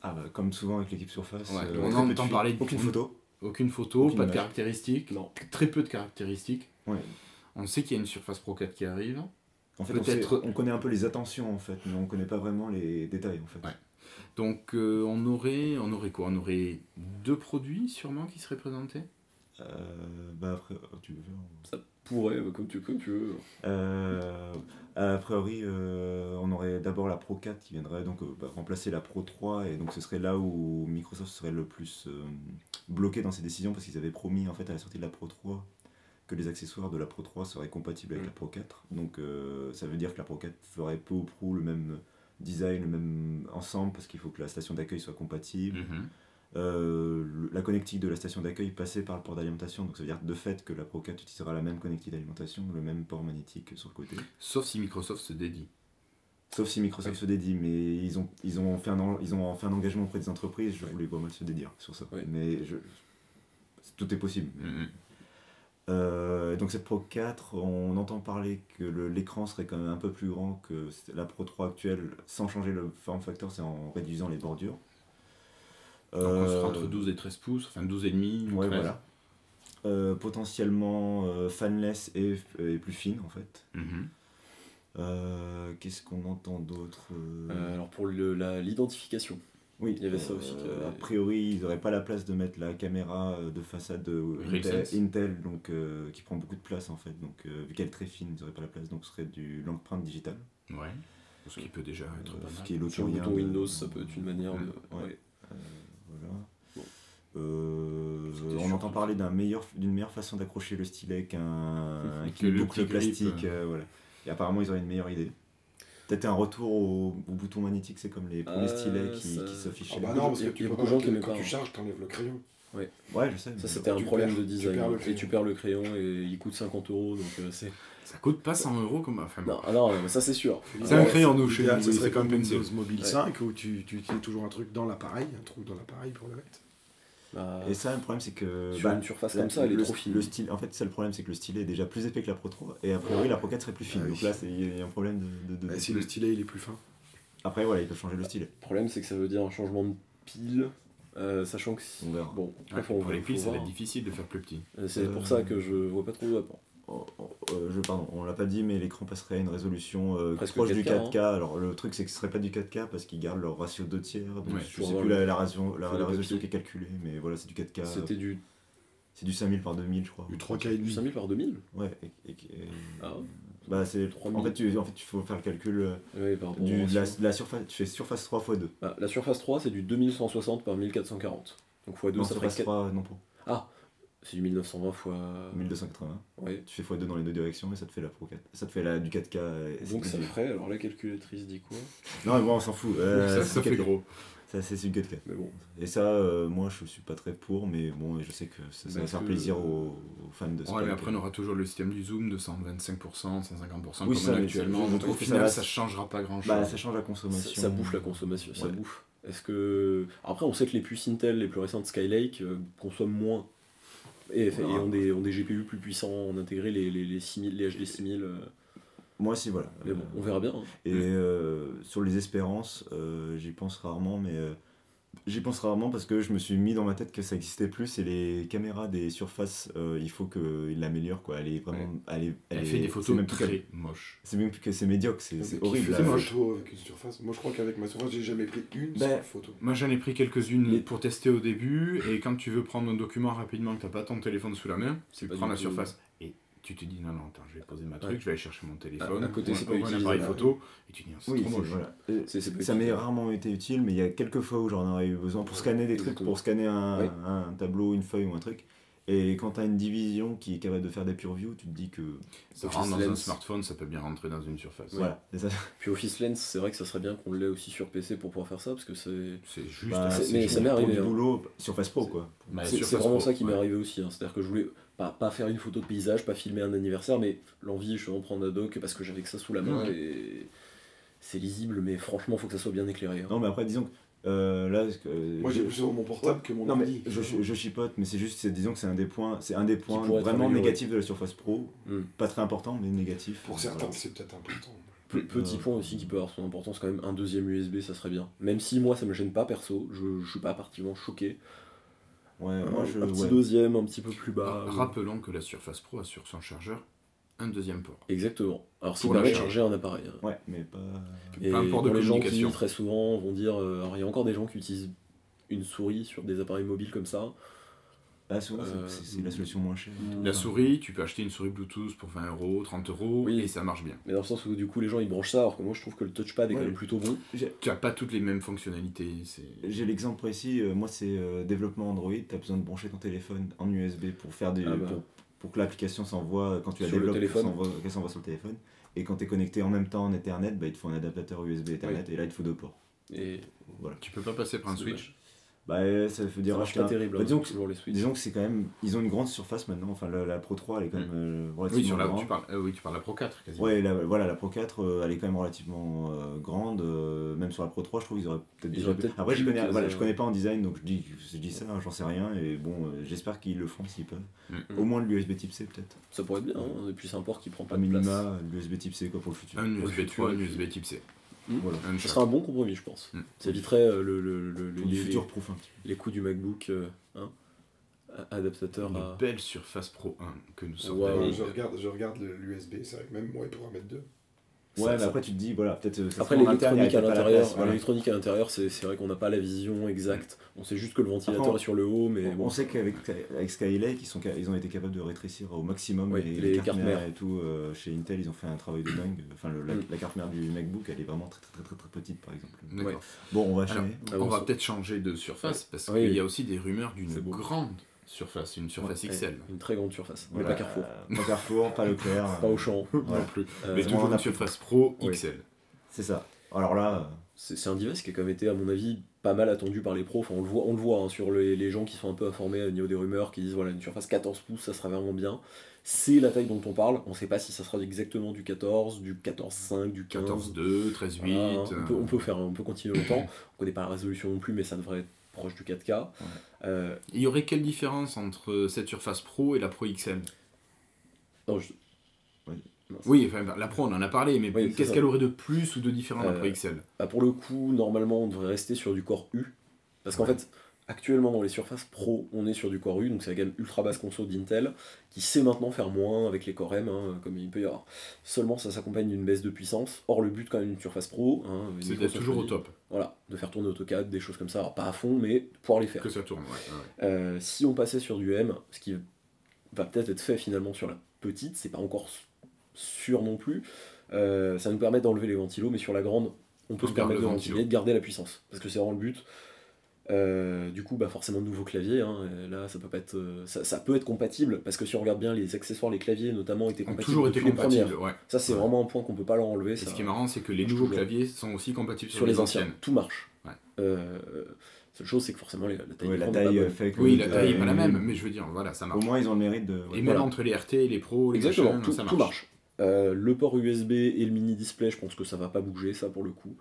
[SPEAKER 2] Ah bah, comme souvent avec l'équipe Surface.
[SPEAKER 1] Ouais,
[SPEAKER 2] euh,
[SPEAKER 1] on
[SPEAKER 2] très peu de
[SPEAKER 1] entend
[SPEAKER 2] filles,
[SPEAKER 1] parler de-
[SPEAKER 2] Aucune photo.
[SPEAKER 1] Aucune photo,
[SPEAKER 2] Aucune
[SPEAKER 1] pas de
[SPEAKER 2] image.
[SPEAKER 1] caractéristiques,
[SPEAKER 3] Non.
[SPEAKER 1] très peu de caractéristiques.
[SPEAKER 2] Ouais.
[SPEAKER 1] On sait qu'il y a une Surface Pro 4 qui arrive.
[SPEAKER 2] En fait, on,
[SPEAKER 1] Peut-être-
[SPEAKER 2] sait- on connaît un peu les attentions en fait, mais on connaît pas vraiment les détails en fait.
[SPEAKER 1] Ouais. Donc euh, on aurait, on aurait quoi On aurait deux produits sûrement qui seraient présentés.
[SPEAKER 2] Euh, bah après, oh, tu veux faire, on-
[SPEAKER 3] Ça pourrait, bah, comme tu comme tu veux.
[SPEAKER 2] Euh, a priori, euh, on aurait d'abord la Pro 4 qui viendrait donc euh, bah, remplacer la Pro 3 et donc ce serait là où Microsoft serait le plus euh, bloqué dans ses décisions parce qu'ils avaient promis en fait à la sortie de la Pro 3 que les accessoires de la Pro 3 seraient compatibles avec
[SPEAKER 3] Mm.
[SPEAKER 2] la Pro 4. Donc euh, ça veut dire que la Pro 4 ferait peu ou prou le même design, le même ensemble parce qu'il faut que la station d'accueil soit compatible. Euh, le- la connectique de la station d'accueil passée par le port d'alimentation, donc ça veut dire de fait que la Pro 4 utilisera la même connectique d'alimentation, le même port magnétique sur le côté.
[SPEAKER 1] Sauf si Microsoft se dédie.
[SPEAKER 2] Sauf si Microsoft se dédie, mais ils ont, ils, ont fait un, en- ils ont fait un engagement auprès des entreprises, je voulais voir mal se dédire sur ça.
[SPEAKER 3] Ouais.
[SPEAKER 2] Mais je, tout est possible.
[SPEAKER 1] Mm.
[SPEAKER 2] Euh, donc cette Pro 4, on entend parler que le- l'écran serait quand même un peu plus grand que la Pro 3 actuelle, sans changer le form factor, c'est en réduisant les bordures.
[SPEAKER 1] Donc on
[SPEAKER 2] Euh,
[SPEAKER 1] sera entre 12 et 13 pouces, enfin 12 et demi,
[SPEAKER 2] Ouais,
[SPEAKER 1] 13.
[SPEAKER 2] voilà. Euh, potentiellement euh, fanless et, et plus fine en fait.
[SPEAKER 1] Mhm.
[SPEAKER 2] Euh, Qu'est-ce qu'on entend d'autre euh,
[SPEAKER 3] Euh, alors pour le- la- l'identification.
[SPEAKER 2] Oui, euh,
[SPEAKER 3] il y avait ça aussi que-
[SPEAKER 2] A priori, ils n'auraient pas la place de mettre la caméra euh, de façade euh, Intel,
[SPEAKER 1] RealSense.
[SPEAKER 2] Intel, donc, euh, qui prend beaucoup de place en fait. Donc, euh, vu qu'elle est très fine, ils n'auraient pas la place, donc ce serait du l'empreinte digitale,
[SPEAKER 1] Ouais. Ce qui peut déjà être
[SPEAKER 2] euh,
[SPEAKER 1] pas
[SPEAKER 2] ce
[SPEAKER 1] mal.
[SPEAKER 2] qui est
[SPEAKER 3] Sur le
[SPEAKER 2] l'autorien.
[SPEAKER 3] bouton
[SPEAKER 2] de-
[SPEAKER 3] Windows, ça peut être une manière de.
[SPEAKER 2] Ouais.
[SPEAKER 3] ouais.
[SPEAKER 2] Voilà.
[SPEAKER 3] Bon.
[SPEAKER 2] Euh,
[SPEAKER 3] C'était
[SPEAKER 2] on
[SPEAKER 3] sûr.
[SPEAKER 2] entend parler d'un meilleur, d'une meilleure façon d'accrocher le stylet qu'un
[SPEAKER 1] Que le
[SPEAKER 2] qu'une boucle
[SPEAKER 1] petit grip,
[SPEAKER 2] plastique. euh, voilà. Et apparemment, ils auraient une meilleure idée. Peut-être un retour au, au bouton magnétique, c'est comme les premiers
[SPEAKER 3] Ah,
[SPEAKER 2] stylets qui,
[SPEAKER 3] ça-
[SPEAKER 2] qui
[SPEAKER 4] Ah
[SPEAKER 2] s'affichaient.
[SPEAKER 4] bah non, parce
[SPEAKER 3] Il y
[SPEAKER 4] que
[SPEAKER 3] a- il y
[SPEAKER 4] tu
[SPEAKER 3] a
[SPEAKER 4] peux
[SPEAKER 3] beaucoup
[SPEAKER 4] pas
[SPEAKER 3] de gens qui
[SPEAKER 4] mettre-
[SPEAKER 3] aimait
[SPEAKER 4] quand
[SPEAKER 3] pas.
[SPEAKER 4] tu charges, t'enlèves le crayon.
[SPEAKER 2] Ouais, je sais. mais-
[SPEAKER 3] Ça c'était un
[SPEAKER 4] Tu
[SPEAKER 3] problème
[SPEAKER 4] perds-
[SPEAKER 3] de
[SPEAKER 4] tu
[SPEAKER 3] design.
[SPEAKER 4] perds le
[SPEAKER 3] et
[SPEAKER 4] crayon.
[SPEAKER 3] tu perds le crayon et il coûte 50 euros donc euh, c'est.
[SPEAKER 1] Ça coûte pas 100 euros comme. Enfin, bon.
[SPEAKER 3] Non, ah non, non, mais ça c'est sûr.
[SPEAKER 1] C'est
[SPEAKER 3] Ah,
[SPEAKER 1] un
[SPEAKER 3] ouais,
[SPEAKER 1] crayon, nous, chez
[SPEAKER 4] L'idéal,
[SPEAKER 1] nous,
[SPEAKER 4] ce
[SPEAKER 1] oui,
[SPEAKER 4] serait
[SPEAKER 1] c'est
[SPEAKER 4] comme
[SPEAKER 1] comme
[SPEAKER 4] Windows
[SPEAKER 1] Windows.
[SPEAKER 4] Mobile
[SPEAKER 3] Ouais.
[SPEAKER 4] 5 où tu, tu utilises toujours un truc dans l'appareil, un trou dans l'appareil pour le mettre.
[SPEAKER 3] bah,
[SPEAKER 2] Et ça, le problème, c'est que.
[SPEAKER 3] sur
[SPEAKER 2] bah,
[SPEAKER 3] une surface
[SPEAKER 2] la-
[SPEAKER 3] comme ça, elle est
[SPEAKER 2] le,
[SPEAKER 3] trop fine.
[SPEAKER 2] le style, en fait, ça, le problème, c'est que le stylet est déjà plus épais que la Pro 3, et a priori, la Pro 4 serait plus fine.
[SPEAKER 4] Ah oui.
[SPEAKER 2] Donc là, c'est- il y a un problème de. de- de-
[SPEAKER 4] Bah, si le stylet il est plus fin.
[SPEAKER 2] Après, voilà, ils peuvent changer le stylet.
[SPEAKER 3] Le problème c'est que ça veut dire un changement de pile, euh, sachant que si-
[SPEAKER 2] On verra.
[SPEAKER 3] bon,
[SPEAKER 1] Ouais,
[SPEAKER 3] faut-
[SPEAKER 1] pour les
[SPEAKER 3] faut
[SPEAKER 1] piles, ça va
[SPEAKER 3] voir.
[SPEAKER 1] être difficile de faire plus petit.
[SPEAKER 3] Euh, C'est pour ça que je vois pas trop. de-
[SPEAKER 2] Oh, oh, euh, je, pardon, on l'a pas dit, mais l'écran passerait à une résolution euh,
[SPEAKER 3] Presque
[SPEAKER 2] proche du
[SPEAKER 3] 4K,
[SPEAKER 2] 4K. Alors le truc, c'est que ce serait pas du 4K parce qu'ils gardent leur ratio 2 tiers. Donc
[SPEAKER 1] Ouais,
[SPEAKER 2] je
[SPEAKER 3] pour
[SPEAKER 2] sais
[SPEAKER 3] avoir
[SPEAKER 2] plus
[SPEAKER 3] le-
[SPEAKER 2] la, la ratio- la-
[SPEAKER 3] pour le
[SPEAKER 2] la résolution qui
[SPEAKER 3] papier.
[SPEAKER 2] Euh, est calculée, mais voilà, c'est du 4K.
[SPEAKER 3] C'était du
[SPEAKER 2] C'est du 5000 par 2000, je crois.
[SPEAKER 4] Du 3K et
[SPEAKER 3] Du
[SPEAKER 4] demi.
[SPEAKER 3] 5000 par 2000
[SPEAKER 2] Ouais, et- et- et-
[SPEAKER 3] Ah ouais.
[SPEAKER 2] Bah, c'est.
[SPEAKER 3] 3000.
[SPEAKER 2] En fait, tu en fait, tu faut faire le calcul euh,
[SPEAKER 3] Ah Ouais, par rapport
[SPEAKER 2] du,
[SPEAKER 3] au
[SPEAKER 2] de la,
[SPEAKER 3] ratio.
[SPEAKER 2] de la surface. Tu fais surface 3 x 2.
[SPEAKER 3] Ah, la surface 3, c'est du 2160 par 1440. Donc x2,
[SPEAKER 2] Non,
[SPEAKER 3] ça ferait Ah.
[SPEAKER 2] surface
[SPEAKER 3] 4...
[SPEAKER 2] 3, non, pas.
[SPEAKER 3] C'est du 1920 fois...
[SPEAKER 2] 1280.
[SPEAKER 3] Ouais.
[SPEAKER 2] Tu fais x2 dans les deux directions et ça te fait la Pro 4. Ça te fait la, du 4K. euh,
[SPEAKER 3] Donc ça
[SPEAKER 2] SSD.
[SPEAKER 3] ferait... Alors la calculatrice dit quoi
[SPEAKER 2] Non, mais bon, on s'en fout. euh,
[SPEAKER 1] ça,
[SPEAKER 2] c'est
[SPEAKER 1] ça
[SPEAKER 2] du
[SPEAKER 1] fait
[SPEAKER 2] 4K.
[SPEAKER 1] gros.
[SPEAKER 2] Ça, c'est du 4K.
[SPEAKER 3] Mais bon,
[SPEAKER 2] Et ça, euh, moi, je suis pas très pour, mais bon, je sais que ça, ça va
[SPEAKER 1] Parce
[SPEAKER 2] faire
[SPEAKER 1] Bah, que-
[SPEAKER 2] plaisir aux, aux fans de
[SPEAKER 1] Ouais,
[SPEAKER 2] Spike.
[SPEAKER 1] mais après, on aura toujours le système du zoom de 125%, 150%
[SPEAKER 2] Oui,
[SPEAKER 1] comme
[SPEAKER 2] ça,
[SPEAKER 1] on a
[SPEAKER 2] mais
[SPEAKER 1] actuellement.
[SPEAKER 2] je
[SPEAKER 1] Donc,
[SPEAKER 2] trouve
[SPEAKER 1] au
[SPEAKER 2] que ça
[SPEAKER 1] final,
[SPEAKER 2] va-
[SPEAKER 1] ça changera pas grand chose.
[SPEAKER 2] Bah, ça change la
[SPEAKER 3] ça,
[SPEAKER 2] consommation.
[SPEAKER 3] ça bouffe la consommation, ça
[SPEAKER 2] Ouais.
[SPEAKER 3] bouffe. Est-ce que... Après, on sait que les puces Intel, les plus récentes Skylake, euh, consomment moins. Et, et ont, des, ont des GPU plus puissants, on intégré les, les, les, 6000, les HD 6000. euh,
[SPEAKER 2] Moi, si, voilà.
[SPEAKER 3] Mais bon, on verra bien. hein.
[SPEAKER 2] Et euh, sur les espérances, euh, j'y pense rarement, mais euh, j'y pense rarement parce que je me suis mis dans ma tête que ça existait plus et les caméras des surfaces, euh, il faut qu'ils l'améliorent, quoi. Elle est vraiment. Elle, est- elle
[SPEAKER 1] Elle
[SPEAKER 2] est-
[SPEAKER 1] fait des
[SPEAKER 2] c'est
[SPEAKER 1] photos
[SPEAKER 2] même plus
[SPEAKER 1] très moches.
[SPEAKER 2] C'est même plus que c'est médiocre, c'est c'est horrible.
[SPEAKER 4] C'est
[SPEAKER 2] là.
[SPEAKER 4] moche. Avec une surface. Moi, je crois qu'avec ma surface, j'ai jamais pris une
[SPEAKER 2] Ben,
[SPEAKER 4] seule photo.
[SPEAKER 1] Moi, j'en ai pris quelques-unes
[SPEAKER 2] Les-
[SPEAKER 1] pour tester au début. Et quand tu veux prendre un document rapidement, que t'as pas ton téléphone sous la main,
[SPEAKER 3] C'est
[SPEAKER 1] tu
[SPEAKER 3] pas
[SPEAKER 1] prends
[SPEAKER 3] du
[SPEAKER 1] la
[SPEAKER 3] tout-
[SPEAKER 1] surface. Et tu te dis, non, non, attends, je vais poser ma truc,
[SPEAKER 3] Ouais.
[SPEAKER 1] je vais aller chercher mon téléphone.
[SPEAKER 3] à côté,
[SPEAKER 1] ou
[SPEAKER 3] c'est
[SPEAKER 1] un-
[SPEAKER 3] pas
[SPEAKER 1] ou un
[SPEAKER 3] utilisé,
[SPEAKER 1] appareil
[SPEAKER 3] là.
[SPEAKER 1] photo. Et tu dis, non, c'est
[SPEAKER 2] Oui,
[SPEAKER 1] trop
[SPEAKER 2] c'est-
[SPEAKER 1] moche.
[SPEAKER 2] voilà. Euh,
[SPEAKER 3] C'est- c'est pas
[SPEAKER 2] ça m'est
[SPEAKER 3] utile.
[SPEAKER 2] rarement été utile, mais il y a quelques fois où j'en aurais eu besoin pour scanner des trucs,
[SPEAKER 3] Exactement.
[SPEAKER 2] pour scanner un,
[SPEAKER 3] Oui.
[SPEAKER 2] un tableau, une feuille ou un truc. Et quand t'as une division qui est capable de faire des pure view, tu te dis que.
[SPEAKER 1] Ça
[SPEAKER 3] Office
[SPEAKER 1] rentre dans un
[SPEAKER 3] Lens.
[SPEAKER 1] smartphone, ça peut bien rentrer dans une surface.
[SPEAKER 2] Voilà. Et ça-
[SPEAKER 3] Puis Office Lens, c'est vrai que ça serait bien qu'on l'ait aussi sur PC pour pouvoir faire ça, parce que c'est.
[SPEAKER 1] C'est juste.
[SPEAKER 2] bah,
[SPEAKER 3] c'est-
[SPEAKER 2] c'est
[SPEAKER 3] mais
[SPEAKER 2] juste
[SPEAKER 3] ça m'est
[SPEAKER 2] pour
[SPEAKER 3] arrivé,
[SPEAKER 2] du
[SPEAKER 3] hein.
[SPEAKER 2] boulot, Surface Pro, quoi.
[SPEAKER 1] Bah,
[SPEAKER 3] C'est
[SPEAKER 1] surface
[SPEAKER 3] c'est vraiment
[SPEAKER 1] pro,
[SPEAKER 3] ça qui m'est
[SPEAKER 1] ouais.
[SPEAKER 3] arrivé aussi. hein. C'est-à-dire que je voulais pas, pas faire une photo de paysage, pas filmer un anniversaire, mais l'envie, je vais en prendre un doc parce que j'avais que ça sous la main
[SPEAKER 1] Ouais.
[SPEAKER 3] et c'est lisible, mais franchement, faut que ça soit bien éclairé. hein.
[SPEAKER 2] Non, mais après, disons que. euh, là, ce que-
[SPEAKER 4] Moi, j'ai plus sur mon portable que mon
[SPEAKER 2] Non, mais
[SPEAKER 4] ordi.
[SPEAKER 2] je, je chipote, mais c'est juste, c'est- disons que c'est un des points, c'est un des points
[SPEAKER 3] pourrait être
[SPEAKER 2] vraiment
[SPEAKER 3] amélioré.
[SPEAKER 2] négatifs de la Surface Pro.
[SPEAKER 3] Hmm.
[SPEAKER 2] Pas très important, mais négatif.
[SPEAKER 4] Pour certains, c'est peut-être important.
[SPEAKER 3] Pe- Petit
[SPEAKER 2] Euh,
[SPEAKER 3] point aussi qui peut avoir son importance quand même, un deuxième USB, ça serait bien. Même si moi, ça me gêne pas perso, je, je suis pas particulièrement choqué.
[SPEAKER 2] Ouais, Euh, moi, je.
[SPEAKER 3] un petit
[SPEAKER 2] ouais.
[SPEAKER 3] deuxième, un petit peu plus bas.
[SPEAKER 1] Ah,
[SPEAKER 3] euh,
[SPEAKER 1] Rappelons que la Surface Pro a sur son chargeur un deuxième port.
[SPEAKER 3] Exactement. Alors, s'il
[SPEAKER 1] Pour la
[SPEAKER 3] permet de
[SPEAKER 1] charge.
[SPEAKER 3] charger un appareil. hein.
[SPEAKER 2] Ouais, mais pas.
[SPEAKER 3] Et
[SPEAKER 1] Pas un port de
[SPEAKER 3] pour les gens qui
[SPEAKER 1] communication.
[SPEAKER 3] très souvent vont dire, euh, alors il y a encore des gens qui utilisent une souris sur des appareils mobiles comme ça.
[SPEAKER 2] Ah, souvent, c'est-
[SPEAKER 3] Euh,
[SPEAKER 2] c'est c'est la solution moins chère.
[SPEAKER 1] La souris, tu peux acheter une souris Bluetooth pour 20 euros, 30 euros,
[SPEAKER 3] Oui.
[SPEAKER 1] et ça marche bien.
[SPEAKER 3] Mais dans le sens où du coup les gens ils branchent ça, alors que moi je trouve que le touchpad est quand
[SPEAKER 2] Ouais.
[SPEAKER 3] même plutôt bon.
[SPEAKER 1] Tu n'as pas toutes les mêmes fonctionnalités. c'est-
[SPEAKER 2] J'ai l'exemple précis, euh, moi c'est euh, développement Android, tu as besoin de brancher ton téléphone en USB pour faire des,
[SPEAKER 3] Ah bah.
[SPEAKER 2] pour, pour que l'application s'envoie, quand tu la
[SPEAKER 3] Sur le
[SPEAKER 2] développes, qu'elle
[SPEAKER 3] téléphone.
[SPEAKER 2] s'envoie qu'elle s'envoie sur le téléphone. Et quand tu es connecté en même temps en Ethernet, bah, il te faut un adaptateur USB Ethernet et là il te faut deux ports.
[SPEAKER 3] Et
[SPEAKER 2] Voilà.
[SPEAKER 1] Tu peux pas passer par un
[SPEAKER 3] C'est
[SPEAKER 1] Switch.
[SPEAKER 2] Bah, euh, ça veut dire
[SPEAKER 3] ça marche
[SPEAKER 2] acheter
[SPEAKER 3] pas
[SPEAKER 2] un-
[SPEAKER 3] terrible.
[SPEAKER 2] bah,
[SPEAKER 3] hein,
[SPEAKER 2] disons, que,
[SPEAKER 3] toujours les Switch.
[SPEAKER 2] disons que c'est quand même. Ils ont une grande surface maintenant, enfin la, la Pro 3 elle est quand même euh, relativement
[SPEAKER 1] Oui, sur la,
[SPEAKER 2] grande.
[SPEAKER 1] tu parles, euh, oui, tu parles de la Pro 4 quasiment.
[SPEAKER 2] Ouais, la, voilà, la Pro 4, euh, elle est quand même relativement euh, grande. euh, même sur la Pro 3, je trouve qu'ils auraient peut-être
[SPEAKER 3] Ils
[SPEAKER 2] déjà.
[SPEAKER 3] auraient peut-être
[SPEAKER 2] Après, je
[SPEAKER 3] pu
[SPEAKER 2] connais,
[SPEAKER 3] utiliser,
[SPEAKER 2] voilà, je
[SPEAKER 3] euh,
[SPEAKER 2] connais pas en design, donc je dis, je dis ça, hein, j'en sais rien. Et bon, euh, j'espère qu'ils le font s'ils peuvent.
[SPEAKER 3] Mm.
[SPEAKER 2] Au moins de l'USB type C, peut-être.
[SPEAKER 3] Ça pourrait être bien, hein, et puis c'est un port qui prend
[SPEAKER 2] À
[SPEAKER 3] pas de place.
[SPEAKER 2] minima, de l'USB type C, quoi, pour le futur.
[SPEAKER 1] Un
[SPEAKER 3] Pour le
[SPEAKER 1] USB 3,
[SPEAKER 3] futur,
[SPEAKER 1] un
[SPEAKER 3] et
[SPEAKER 1] USB type C.
[SPEAKER 3] Mm.
[SPEAKER 2] Voilà.
[SPEAKER 1] Un
[SPEAKER 3] Ça
[SPEAKER 1] chat.
[SPEAKER 3] sera un bon compromis, je pense.
[SPEAKER 1] Mm.
[SPEAKER 3] Ça éviterait euh, le, le- le-
[SPEAKER 2] Pour
[SPEAKER 3] les,
[SPEAKER 2] du futur proof, un petit peu.
[SPEAKER 3] les coûts du MacBook, euh, hein, a- adaptateur
[SPEAKER 1] Une
[SPEAKER 3] à.
[SPEAKER 1] belle Surface Pro 1 que nous sortons. Euh,
[SPEAKER 3] Waouh.
[SPEAKER 4] Ouais,
[SPEAKER 3] oui.
[SPEAKER 4] je regarde, je regarde le- l'USB, c'est vrai que même moi, il pourrait en mettre deux.
[SPEAKER 2] Ouais,
[SPEAKER 3] ça-
[SPEAKER 2] mais
[SPEAKER 3] ça-
[SPEAKER 2] après, tu te dis, voilà, peut-être. euh, ça
[SPEAKER 3] Après
[SPEAKER 2] sera en
[SPEAKER 3] l'électronique à
[SPEAKER 2] interne, il y a peut-être pas la
[SPEAKER 3] l'intérieur,
[SPEAKER 2] place, voilà.
[SPEAKER 3] l'électronique à l'intérieur, c'est c'est vrai qu'on n'a pas la vision exacte. On sait juste que le ventilateur
[SPEAKER 2] Après, on-
[SPEAKER 3] est sur le haut, mais
[SPEAKER 2] On-
[SPEAKER 3] bon.
[SPEAKER 2] On sait qu'avec avec Skylake, ils, sont, ca- ils ont été capables de rétrécir au maximum
[SPEAKER 3] Oui,
[SPEAKER 2] et les,
[SPEAKER 3] les
[SPEAKER 2] cartes,
[SPEAKER 3] cartes
[SPEAKER 2] mères
[SPEAKER 3] mères.
[SPEAKER 2] et tout. euh, chez Intel, ils ont fait un travail de dingue. Enfin, le- la,
[SPEAKER 3] Mm.
[SPEAKER 2] la carte mère du MacBook, elle est vraiment très très très très, très petite, par exemple.
[SPEAKER 1] D'accord.
[SPEAKER 3] Ouais.
[SPEAKER 2] Bon, on va
[SPEAKER 1] Alors,
[SPEAKER 2] enchaîner.
[SPEAKER 3] Ah,
[SPEAKER 1] On
[SPEAKER 3] bon,
[SPEAKER 1] va
[SPEAKER 3] ça-
[SPEAKER 1] peut-être changer de surface parce
[SPEAKER 3] Oui,
[SPEAKER 1] qu'il
[SPEAKER 3] oui.
[SPEAKER 1] y a aussi des rumeurs d'une
[SPEAKER 3] C'est beau.
[SPEAKER 1] grande surface, une surface
[SPEAKER 3] Ouais,
[SPEAKER 1] XL.
[SPEAKER 3] Une très grande surface.
[SPEAKER 2] Voilà,
[SPEAKER 3] Mais pas Carrefour.
[SPEAKER 2] euh, Pas Carrefour, pas Leclerc. euh,
[SPEAKER 3] Pas Auchan.
[SPEAKER 2] voilà.
[SPEAKER 1] Non plus.
[SPEAKER 3] Euh, Oh.
[SPEAKER 1] Mais
[SPEAKER 2] on
[SPEAKER 1] toujours
[SPEAKER 2] en a
[SPEAKER 1] une
[SPEAKER 2] plus.
[SPEAKER 1] surface Pro
[SPEAKER 3] Oui.
[SPEAKER 1] XL.
[SPEAKER 2] C'est ça. Alors là, euh,
[SPEAKER 3] C'est c'est un device qui a quand même été, à mon avis, pas mal attendu par les pros. Enfin, on le voit, on le voit hein, sur les, les gens qui sont un peu informés au niveau des rumeurs, qui disent voilà, une surface 14 pouces, ça sera vraiment bien. C'est la taille dont on parle. On sait pas si ça sera exactement du 14, du 14,5, du 15.
[SPEAKER 1] 14.2, 13.8.
[SPEAKER 3] Voilà, hein. on, peut,
[SPEAKER 1] euh,
[SPEAKER 3] on peut faire, on peut continuer longtemps. on connaît pas la résolution non plus, mais ça devrait être proche du 4K. Euh,
[SPEAKER 1] Il y aurait quelle différence entre cette surface Pro et la Pro XL
[SPEAKER 3] non, je-
[SPEAKER 1] Oui, enfin, la Pro, on en a parlé, mais
[SPEAKER 3] Oui, c'est
[SPEAKER 1] qu'est-ce
[SPEAKER 3] ça.
[SPEAKER 1] qu'elle aurait de plus ou de différent, la
[SPEAKER 3] Euh,
[SPEAKER 1] Pro XL
[SPEAKER 3] bah, pour le coup, normalement, on devrait rester sur du corps U. Parce qu'en fait, actuellement dans les surfaces pro, on est sur du Core U, donc c'est la gamme ultra basse conso d'Intel, qui sait maintenant faire moins avec les Core M, hein, comme il peut y avoir. Seulement, ça s'accompagne d'une baisse de puissance. Or, le but quand même d'une surface pro, hein, une
[SPEAKER 1] C'est d'être
[SPEAKER 3] Microsoft
[SPEAKER 1] toujours au
[SPEAKER 3] dit,
[SPEAKER 1] top
[SPEAKER 3] Voilà, de faire tourner AutoCAD, des choses comme ça, alors pas à fond, mais pouvoir les faire.
[SPEAKER 1] que ça tourne. ouais, ouais.
[SPEAKER 3] Euh, si on passait sur du M, ce qui va peut-être être fait finalement sur la petite, c'est pas encore sûr non plus, euh, ça nous permet d'enlever les ventilos, mais sur la grande, on peut
[SPEAKER 1] On
[SPEAKER 3] se
[SPEAKER 1] garde
[SPEAKER 3] permettre de
[SPEAKER 1] le
[SPEAKER 3] ventiler,
[SPEAKER 1] ventilo.
[SPEAKER 3] de garder la puissance, parce que c'est vraiment le but. Euh, du coup, bah forcément, nouveau clavier. hein, et là, ça peut pas être, euh, ça, ça peut être compatible parce que si on regarde bien les accessoires, les claviers notamment étaient
[SPEAKER 1] Ont
[SPEAKER 3] compatibles.
[SPEAKER 1] toujours été
[SPEAKER 3] depuis les
[SPEAKER 1] compatibles.
[SPEAKER 3] premières.
[SPEAKER 1] ouais.
[SPEAKER 3] Ça, c'est
[SPEAKER 1] Ouais.
[SPEAKER 3] vraiment un point qu'on peut pas leur enlever.
[SPEAKER 1] Et
[SPEAKER 3] ça
[SPEAKER 1] ce qui est marrant, c'est que les
[SPEAKER 3] marche
[SPEAKER 1] nouveaux
[SPEAKER 3] toujours.
[SPEAKER 1] claviers sont aussi compatibles
[SPEAKER 3] sur les anciens, tout marche.
[SPEAKER 1] Ouais.
[SPEAKER 3] Euh, seule chose, c'est que forcément, les- la taille,
[SPEAKER 2] Ouais,
[SPEAKER 3] d'écran
[SPEAKER 2] la
[SPEAKER 3] n'est pas
[SPEAKER 2] taille
[SPEAKER 3] bonne.
[SPEAKER 2] euh, fait que.
[SPEAKER 1] Oui, la
[SPEAKER 2] euh,
[SPEAKER 1] taille n'est pas la
[SPEAKER 2] euh,
[SPEAKER 1] même, mais je veux dire, voilà, ça
[SPEAKER 2] Au
[SPEAKER 1] marche.
[SPEAKER 2] moins, ils ont le mérite de.
[SPEAKER 1] Et
[SPEAKER 2] ouais.
[SPEAKER 1] même
[SPEAKER 3] voilà.
[SPEAKER 1] entre les RT, les pros, les
[SPEAKER 3] Exactement,
[SPEAKER 1] machins,
[SPEAKER 3] tout,
[SPEAKER 1] ça marche.
[SPEAKER 3] tout H&M, marche. Euh, le port USB et le mini display, je pense que ça va pas bouger, ça pour le coup.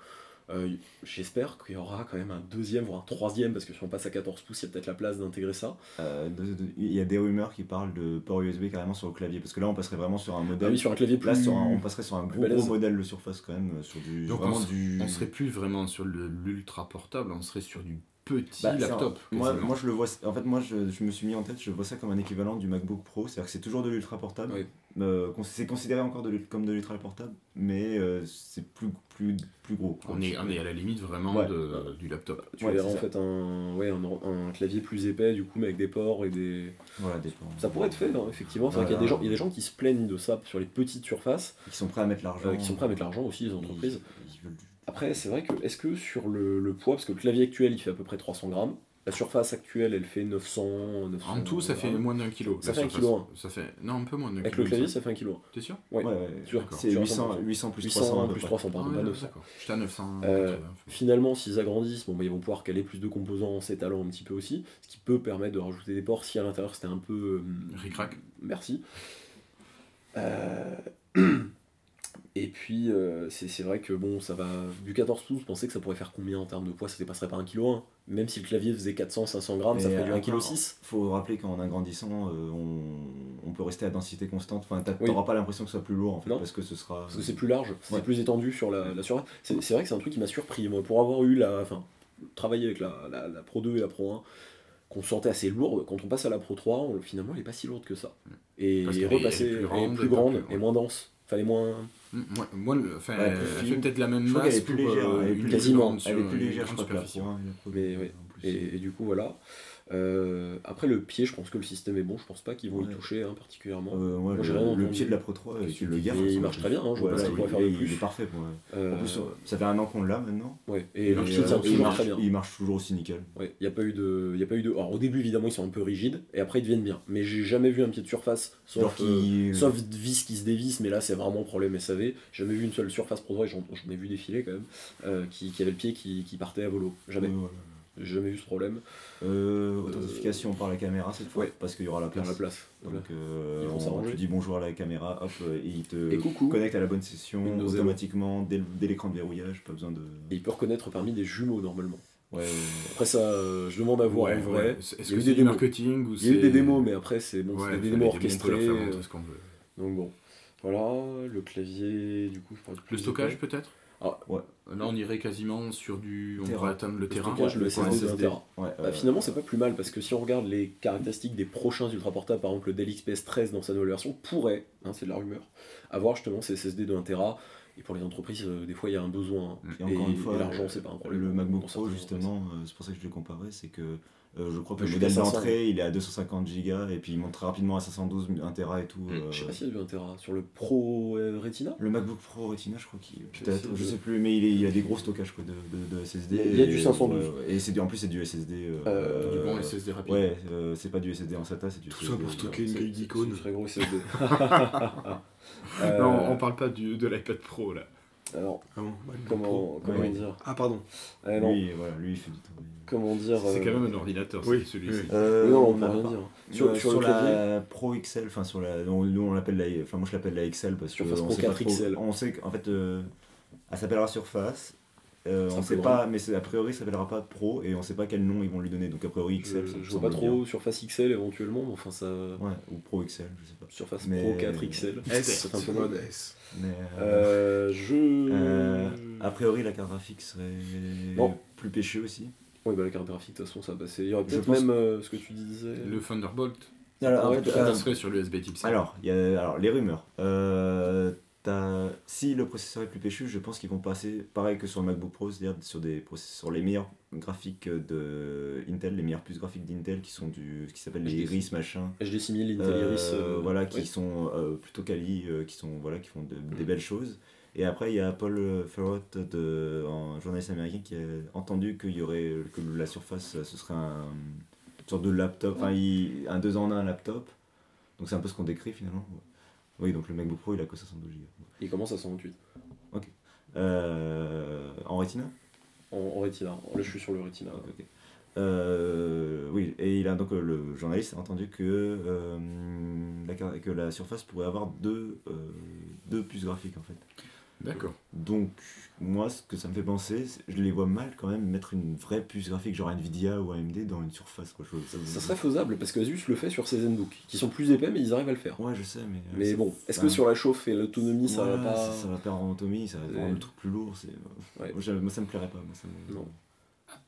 [SPEAKER 3] Euh, J'espère qu'il y aura quand même un deuxième, voire un troisième, parce que si on passe à 14 pouces, il y a peut-être la place d'intégrer ça.
[SPEAKER 2] Euh, de- de- Il y a des rumeurs qui parlent de port USB carrément sur le clavier. Parce que là, on passerait vraiment sur un
[SPEAKER 3] Ah
[SPEAKER 2] modèle.
[SPEAKER 3] oui, sur un clavier plus.
[SPEAKER 2] Là, sur un- on passerait sur un gros,
[SPEAKER 3] balèze.
[SPEAKER 2] gros modèle de surface quand même. euh, Sur du.
[SPEAKER 1] Donc,
[SPEAKER 2] vraiment
[SPEAKER 1] s-
[SPEAKER 2] du.
[SPEAKER 1] On serait plus vraiment sur le- l'ultra portable, on serait sur du petit
[SPEAKER 2] Bah, c'est un-
[SPEAKER 1] laptop.
[SPEAKER 2] Moi,
[SPEAKER 1] quasiment.
[SPEAKER 2] moi, je le vois. En fait, moi, je, je me suis mis en tête, je vois ça comme un équivalent du MacBook Pro. C'est-à-dire que c'est toujours de l'ultra portable.
[SPEAKER 3] Oui.
[SPEAKER 2] Euh, cons- c'est considéré encore de l'ult- comme de l'ultra portable, mais euh, c'est plus, plus, plus gros. quoi.
[SPEAKER 1] on, est, on est à la limite vraiment
[SPEAKER 2] Ouais.
[SPEAKER 1] de- du laptop.
[SPEAKER 3] Tu
[SPEAKER 2] Ouais,
[SPEAKER 3] verras
[SPEAKER 2] c'est
[SPEAKER 3] en
[SPEAKER 2] ça.
[SPEAKER 3] fait un, ouais, un, un clavier plus épais, du coup, mais avec des ports et des.
[SPEAKER 2] Voilà, des plans.
[SPEAKER 3] Ça pourrait être fait, hein, effectivement. C'est vrai qu'il y a des gens- Il y, a des gens qui se plaignent de ça sur les petites surfaces,
[SPEAKER 2] Qui sont prêts à mettre l'argent.
[SPEAKER 3] euh, qui sont prêts à mettre l'argent aussi, les entreprises.
[SPEAKER 2] Ils- ils veulent du-
[SPEAKER 3] Après, c'est vrai que, est-ce que sur le, le poids, parce que le clavier actuel, il fait à peu près 300 grammes, la surface actuelle, elle fait 900. 900
[SPEAKER 1] En tout, ça fait
[SPEAKER 3] grammes.
[SPEAKER 1] moins d'un kilo.
[SPEAKER 3] Ça
[SPEAKER 1] la
[SPEAKER 3] fait un
[SPEAKER 1] surface.
[SPEAKER 3] kilo, hein.
[SPEAKER 1] Ça fait... Non, un peu moins d'un kilo.
[SPEAKER 3] Avec le
[SPEAKER 1] il me
[SPEAKER 3] clavier,
[SPEAKER 1] semble.
[SPEAKER 3] ça fait 1 kg.
[SPEAKER 1] T'es sûr
[SPEAKER 2] Ouais, ouais.
[SPEAKER 3] Sur-
[SPEAKER 1] D'accord.
[SPEAKER 2] C'est
[SPEAKER 3] sur
[SPEAKER 2] 800,
[SPEAKER 3] 100,
[SPEAKER 2] 800 plus 300 à
[SPEAKER 3] 800
[SPEAKER 2] peu
[SPEAKER 3] plus
[SPEAKER 2] près.
[SPEAKER 3] 300,
[SPEAKER 1] Ah
[SPEAKER 3] pardon,
[SPEAKER 1] ouais,
[SPEAKER 3] pas
[SPEAKER 1] non,
[SPEAKER 3] 900.
[SPEAKER 1] d'accord. J'étais à 900.
[SPEAKER 3] Euh, Finalement, s'ils agrandissent, bon, bah, ils vont pouvoir caler plus de composants en s'étalant un petit peu aussi, ce qui peut permettre de rajouter des ports si à l'intérieur c'était un peu. euh,
[SPEAKER 1] Ric-rac.
[SPEAKER 3] Merci. Euh, Et puis, euh, c'est c'est vrai que bon, ça va. Du 14 pouces, vous pensez que ça pourrait faire combien en termes de poids Ça dépasserait pas 1,1 kg. Même si le clavier faisait 400-500 grammes, ça
[SPEAKER 2] Mais,
[SPEAKER 3] ferait du
[SPEAKER 2] euh,
[SPEAKER 3] 1,6
[SPEAKER 2] Faut rappeler qu'en agrandissant, euh, on, on peut rester à densité constante. Enfin, t'as-
[SPEAKER 3] Oui.
[SPEAKER 2] t'auras pas l'impression que ce soit plus lourd en fait,
[SPEAKER 3] Non.
[SPEAKER 2] parce que ce sera.
[SPEAKER 3] Parce que c'est plus large, c'est
[SPEAKER 2] Ouais.
[SPEAKER 3] plus étendu sur la, la surface. C'est c'est vrai que c'est un truc qui m'a surpris. Moi, pour avoir eu la. Enfin, travaillé avec la, la- la Pro 2 et la Pro 1, qu'on sentait assez lourde, quand on passe à la Pro 3, on- finalement, elle est pas si lourde que ça.
[SPEAKER 2] Mm.
[SPEAKER 3] Et,
[SPEAKER 1] Parce qu'elle est-
[SPEAKER 3] repasser,
[SPEAKER 1] elle est
[SPEAKER 3] elle
[SPEAKER 1] plus
[SPEAKER 3] est
[SPEAKER 1] grande,
[SPEAKER 3] plus grande,
[SPEAKER 1] pas
[SPEAKER 2] euh,
[SPEAKER 1] plus-
[SPEAKER 3] et moins dense. Fallait moins.
[SPEAKER 1] Mm, Moi, moi le- enfin,
[SPEAKER 2] Ouais,
[SPEAKER 1] elle
[SPEAKER 2] plus
[SPEAKER 1] fait
[SPEAKER 2] fine.
[SPEAKER 1] peut-être la même
[SPEAKER 2] Je crois qu'elle
[SPEAKER 1] masse
[SPEAKER 2] est plus
[SPEAKER 1] pour,
[SPEAKER 2] légère,
[SPEAKER 1] euh,
[SPEAKER 2] elle est
[SPEAKER 1] une
[SPEAKER 2] plus
[SPEAKER 1] plus grande
[SPEAKER 2] Elle est
[SPEAKER 1] sur euh,
[SPEAKER 2] plus
[SPEAKER 1] une
[SPEAKER 2] légère, je
[SPEAKER 1] grande
[SPEAKER 2] crois que la
[SPEAKER 1] superficie.
[SPEAKER 2] Pro 1 et la Pro 2,
[SPEAKER 3] Mais ouais.
[SPEAKER 2] en plus.
[SPEAKER 3] Et, et du coup, voilà. Euh, après, le pied, je pense que le système est bon. Je pense pas qu'ils vont y
[SPEAKER 2] Ouais.
[SPEAKER 3] toucher hein, particulièrement.
[SPEAKER 2] Euh, moi,
[SPEAKER 3] Moi, j'ai rien
[SPEAKER 2] le, le
[SPEAKER 3] entendu.
[SPEAKER 2] pied de la Pro 3, euh,
[SPEAKER 3] Qu'est-ce
[SPEAKER 2] tu
[SPEAKER 3] que
[SPEAKER 2] le
[SPEAKER 3] tu
[SPEAKER 2] gardes.
[SPEAKER 3] dis
[SPEAKER 2] hein,
[SPEAKER 3] Il
[SPEAKER 2] ça
[SPEAKER 3] marche très bien, hein, je vois
[SPEAKER 2] Voilà,
[SPEAKER 3] pas ce qu'on
[SPEAKER 2] il-
[SPEAKER 3] pourrait faire de
[SPEAKER 2] il-
[SPEAKER 3] plus.
[SPEAKER 2] Il est parfait pour moi. En
[SPEAKER 3] Euh,
[SPEAKER 2] plus, euh, ça fait un an qu'on l'a maintenant.
[SPEAKER 3] ouais. Et le
[SPEAKER 1] marche
[SPEAKER 3] pied
[SPEAKER 1] toujours
[SPEAKER 3] tient
[SPEAKER 1] très
[SPEAKER 3] toujours
[SPEAKER 2] marche,
[SPEAKER 3] très bien.
[SPEAKER 2] il marche toujours aussi nickel.
[SPEAKER 3] Ouais, il n'y a pas eu de. il Y a pas eu de... Alors, au début, évidemment, ils sont un peu rigides, et après, ils deviennent bien. Mais j'ai jamais vu un pied de surface,
[SPEAKER 2] Genre
[SPEAKER 3] sauf, euh,
[SPEAKER 2] qu'il.
[SPEAKER 3] sauf vis qui se dévisse, mais là, c'est vraiment problème SAV. J'ai jamais vu une seule surface pro droit, et j'en j'en ai vu défiler quand même, euh, qui, qui avait le pied qui, qui partait à volo. Jamais.
[SPEAKER 2] Ouais, voilà.
[SPEAKER 3] J'ai jamais vu ce problème.
[SPEAKER 2] Euh, authentification par la caméra cette fois,
[SPEAKER 3] ouais.
[SPEAKER 2] parce qu'il y aura la
[SPEAKER 3] Faire
[SPEAKER 2] place.
[SPEAKER 3] la place. Voilà.
[SPEAKER 2] Donc euh,
[SPEAKER 3] Ils vont
[SPEAKER 2] on-
[SPEAKER 3] s'arranger.
[SPEAKER 2] tu dis bonjour à la caméra, hop, euh, et il te
[SPEAKER 3] Et coucou.
[SPEAKER 2] connecte à la bonne session
[SPEAKER 3] Windows Hello.
[SPEAKER 2] automatiquement dès, le- dès l'écran de verrouillage, pas besoin de.
[SPEAKER 3] Et il peut reconnaître parmi des jumeaux, normalement.
[SPEAKER 2] Ouais, ouais,
[SPEAKER 3] Après, ça, euh, je demande à voir
[SPEAKER 1] Ouais,
[SPEAKER 3] en vrai.
[SPEAKER 1] ouais. Est-ce
[SPEAKER 3] Il y a
[SPEAKER 1] que
[SPEAKER 3] eu
[SPEAKER 1] c'est
[SPEAKER 3] des
[SPEAKER 1] du
[SPEAKER 3] démos.
[SPEAKER 1] marketing ou
[SPEAKER 3] Il y a eu
[SPEAKER 1] c'est-
[SPEAKER 3] des démos, mais après, c'est bon,
[SPEAKER 1] Ouais,
[SPEAKER 3] c'était des
[SPEAKER 1] enfin,
[SPEAKER 3] démos
[SPEAKER 1] les démos, on peut leur
[SPEAKER 3] orchestrées.
[SPEAKER 1] faire monter
[SPEAKER 3] euh,
[SPEAKER 1] ce qu'on veut.
[SPEAKER 3] Donc bon. Voilà, le clavier, du coup, je parle
[SPEAKER 1] Le
[SPEAKER 3] plus
[SPEAKER 1] stockage
[SPEAKER 3] épais.
[SPEAKER 1] peut-être
[SPEAKER 3] Ah,
[SPEAKER 2] ouais.
[SPEAKER 1] Là on irait quasiment sur du... On
[SPEAKER 2] Terrain.
[SPEAKER 1] pourrait atteindre le terrain.
[SPEAKER 3] stockage, le
[SPEAKER 2] ouais,
[SPEAKER 3] SSD de
[SPEAKER 2] SSD.
[SPEAKER 3] l'intérieur.
[SPEAKER 2] ouais,
[SPEAKER 3] Bah,
[SPEAKER 2] euh,
[SPEAKER 3] finalement, c'est pas plus mal parce que si on regarde les caractéristiques des prochains ultraportables, par exemple le Dell XPS 13 dans sa nouvelle version, pourrait, hein, c'est de la rumeur, avoir justement ces SSD de 1 Tera. Et pour les entreprises, euh, des fois, il y a un besoin.
[SPEAKER 2] Et encore
[SPEAKER 3] et-
[SPEAKER 2] une fois,
[SPEAKER 3] et l'argent, c'est pas un problème.
[SPEAKER 2] Le
[SPEAKER 3] Dans
[SPEAKER 2] MacBook Pro,
[SPEAKER 3] certaines
[SPEAKER 2] justement, euh, c'est pour ça que je le comparais, c'est que euh, je crois que
[SPEAKER 3] Bah,
[SPEAKER 2] le
[SPEAKER 3] je suis à
[SPEAKER 2] modèle
[SPEAKER 3] 500.
[SPEAKER 2] d'entrée, il est à 250 Go et puis il monte très rapidement à 512 1 Tera et tout.
[SPEAKER 1] Mm,
[SPEAKER 2] euh,
[SPEAKER 3] Hmm, Je sais pas s'il y a du 1 Tera. Sur le Pro euh, Retina
[SPEAKER 2] le MacBook Pro Retina, je crois qu'il peut-être,
[SPEAKER 3] sais,
[SPEAKER 2] je
[SPEAKER 3] je-
[SPEAKER 2] sais plus, mais il, est- il a des gros stockages quoi, de, de- de SSD.
[SPEAKER 3] Il y a
[SPEAKER 2] et-
[SPEAKER 3] du 512.
[SPEAKER 2] ouais, et c'est du- en plus c'est du SSD. euh,
[SPEAKER 3] Euh,
[SPEAKER 1] Du bon
[SPEAKER 2] euh,
[SPEAKER 1] SSD rapide.
[SPEAKER 2] Ouais, euh, c'est pas du SSD en SATA, c'est du
[SPEAKER 4] Tout ça pour
[SPEAKER 2] SSD.
[SPEAKER 4] stocker une
[SPEAKER 3] C'est-
[SPEAKER 4] grille
[SPEAKER 3] c'est-
[SPEAKER 4] d'icônes.
[SPEAKER 3] C'est très gros SSD.
[SPEAKER 1] Non, on
[SPEAKER 3] Euh,
[SPEAKER 1] parle pas du, de l'iPad Pro là.
[SPEAKER 3] Alors,
[SPEAKER 4] Ah bon, ouais, pro.
[SPEAKER 3] comment, comment
[SPEAKER 2] Ouais.
[SPEAKER 3] dire
[SPEAKER 4] Ah pardon.
[SPEAKER 3] Euh, non,
[SPEAKER 2] Lui, voilà, lui, il fait du temps.
[SPEAKER 3] Comment dire
[SPEAKER 1] C'est quand
[SPEAKER 3] euh,
[SPEAKER 1] même un ordinateur
[SPEAKER 4] oui,
[SPEAKER 1] c'est celui-ci.
[SPEAKER 4] oui.
[SPEAKER 3] oui, non, on peut
[SPEAKER 2] a
[SPEAKER 3] rien
[SPEAKER 2] pas-
[SPEAKER 3] dire.
[SPEAKER 2] Euh,
[SPEAKER 3] Sur,
[SPEAKER 2] Sur,
[SPEAKER 3] sur le clavier,
[SPEAKER 2] la Pro XL, enfin sur la, on- nous on l'appelle la, enfin moi je l'appelle la XL parce que
[SPEAKER 3] Surface
[SPEAKER 2] on
[SPEAKER 3] Pro
[SPEAKER 2] sait pas
[SPEAKER 3] 4
[SPEAKER 2] trop-
[SPEAKER 3] XL.
[SPEAKER 2] On sait qu'en fait, euh, elle s'appellera Surface. euh,
[SPEAKER 3] Ça
[SPEAKER 2] on
[SPEAKER 3] me fait
[SPEAKER 2] sait pas, mais c'est- a priori, ça s'appellera pas Pro et on sait pas quel nom ils vont lui donner. Donc a priori
[SPEAKER 3] je,
[SPEAKER 2] XL. ça me
[SPEAKER 3] Euh, je vois pas
[SPEAKER 2] semble
[SPEAKER 3] trop Surface XL éventuellement, mais enfin ça.
[SPEAKER 2] bien. Ouais, ou Pro XL, je sais pas.
[SPEAKER 3] Surface
[SPEAKER 2] Mais-
[SPEAKER 3] Pro 4 XL.
[SPEAKER 1] S.
[SPEAKER 3] C'est un peu mode.
[SPEAKER 4] S.
[SPEAKER 2] Mais
[SPEAKER 3] Euh,
[SPEAKER 2] euh,
[SPEAKER 3] je.
[SPEAKER 2] Euh, a priori, la carte graphique serait
[SPEAKER 3] Non.
[SPEAKER 2] plus pêchée aussi.
[SPEAKER 3] Oui, bah la carte graphique, de toute façon, ça va passer. Il y aurait
[SPEAKER 2] Je
[SPEAKER 3] peut-être
[SPEAKER 2] pense
[SPEAKER 3] même euh, ce que tu disais.
[SPEAKER 1] Le Thunderbolt,
[SPEAKER 2] Alors,
[SPEAKER 3] Ah Ouais,
[SPEAKER 2] ouais,
[SPEAKER 1] tout
[SPEAKER 2] euh,
[SPEAKER 1] serait sur l'USB type C.
[SPEAKER 2] alors, il y a- alors, les rumeurs. Euh, t'as- si le processeur est plus péchu, je pense qu'ils vont passer pareil que sur le MacBook Pro, c'est-à-dire sur, des process- sur les meilleurs graphiques de Intel, les meilleures puces graphiques d'Intel qui sont du, qui s'appellent les
[SPEAKER 3] HTC.
[SPEAKER 2] Iris machin.
[SPEAKER 3] HD 6000, Intel
[SPEAKER 2] Euh,
[SPEAKER 3] Iris. euh,
[SPEAKER 2] voilà, qui
[SPEAKER 3] ouais.
[SPEAKER 2] sont euh, plutôt quali, euh, qui sont voilà, qui font de- des belles choses. Et après, il y a Paul Ferrot, de, un journaliste américain, qui a entendu qu'il y aurait que la surface, euh, ce serait un une sorte de laptop, enfin, il- un deux en un laptop. Donc c'est un peu ce qu'on décrit finalement. Oui, donc le MacBook Pro, il a que 512 Go.
[SPEAKER 3] Il commence à 128.
[SPEAKER 2] Euh, en Retina
[SPEAKER 3] En, en Retina. Là, je suis sur le Retina.
[SPEAKER 2] Ok, ok. Euh, oui, et il a donc euh, le journaliste a entendu que, euh, la, car- que la surface pourrait avoir deux, euh, deux puces graphiques en fait.
[SPEAKER 1] D'accord.
[SPEAKER 2] Donc moi ce que ça me fait penser, c'est- je les vois mal quand même mettre une vraie puce graphique genre Nvidia ou AMD dans une surface quoi. Je- me-
[SPEAKER 3] Ça serait faisable parce qu'Asus le fait sur ses Zenbook, qui sont plus épais, mais ils arrivent à le faire.
[SPEAKER 2] Ouais je sais mais. euh,
[SPEAKER 3] Mais
[SPEAKER 2] c'est-
[SPEAKER 3] bon, est-ce que
[SPEAKER 2] enfin,
[SPEAKER 3] sur la chauffe et l'autonomie, ça
[SPEAKER 2] voilà,
[SPEAKER 3] va pas.
[SPEAKER 2] ça, ça va pas en autonomie, ça va
[SPEAKER 3] C'est-
[SPEAKER 2] rendre le truc plus lourd. c'est- euh,
[SPEAKER 3] Ouais.
[SPEAKER 2] Moi, j'aime- moi, ça me plairait pas. moi, ça me-
[SPEAKER 3] Non.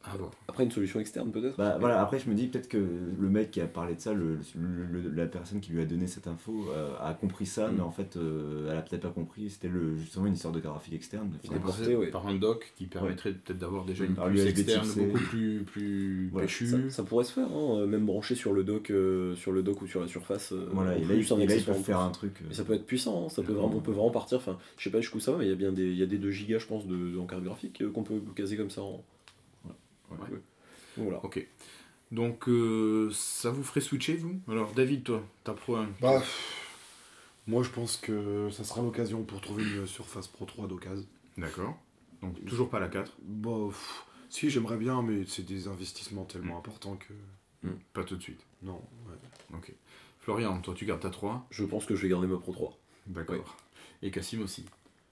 [SPEAKER 1] À voir.
[SPEAKER 3] Après, une solution externe, peut-être
[SPEAKER 2] Bah, voilà, après je me dis peut-être que le mec qui a parlé de ça, le, le- le- la personne qui lui a donné cette info euh, a compris ça,
[SPEAKER 3] Mm.
[SPEAKER 2] mais en fait euh, elle a peut-être pas compris, c'était le, justement une histoire de graphique externe.
[SPEAKER 1] C'était
[SPEAKER 2] finalement.
[SPEAKER 3] porté,
[SPEAKER 1] porté
[SPEAKER 3] ouais.
[SPEAKER 1] par un doc qui permettrait peut-être d'avoir déjà une
[SPEAKER 2] Par
[SPEAKER 1] puce
[SPEAKER 2] l'USB type
[SPEAKER 1] externe
[SPEAKER 2] C.
[SPEAKER 1] beaucoup plus, plus
[SPEAKER 2] Voilà,
[SPEAKER 1] péchue.
[SPEAKER 3] ça, ça pourrait se faire, hein, euh, même branché sur le dock, euh, sur le dock ou sur la surface. euh,
[SPEAKER 2] Voilà,
[SPEAKER 3] en
[SPEAKER 2] et là,
[SPEAKER 3] plus,
[SPEAKER 2] il,
[SPEAKER 3] un
[SPEAKER 2] et là, ils
[SPEAKER 3] accessoire en
[SPEAKER 2] peuvent faire
[SPEAKER 3] plus.
[SPEAKER 2] un truc. euh,
[SPEAKER 3] Mais ça peut être puissant, hein, ça peut vraiment, on peut vraiment partir. Enfin, je sais pas jusqu'où ça va, mais il y a bien des, il y a des 2 gigas, je pense, de, en carte graphique euh, qu'on peut caser comme ça. En...
[SPEAKER 1] Ouais.
[SPEAKER 3] Ouais. Voilà.
[SPEAKER 1] Ok. Donc, euh, ça vous ferait switcher, vous Alors, David, toi, t'as pro un.
[SPEAKER 4] Bah, pff, moi je pense que ça sera l'occasion pour trouver une Surface Pro 3 d'occasion.
[SPEAKER 1] D'accord. Donc, toujours pas la 4.
[SPEAKER 4] Bah, pff, si j'aimerais bien, mais c'est des investissements tellement
[SPEAKER 1] Mm.
[SPEAKER 4] importants que.
[SPEAKER 1] Pas tout de suite.
[SPEAKER 4] Non, ouais.
[SPEAKER 1] Ok. Florian, toi, tu gardes ta 3.
[SPEAKER 3] Je pense que je vais garder ma Pro 3.
[SPEAKER 1] D'accord. Et Cassim aussi.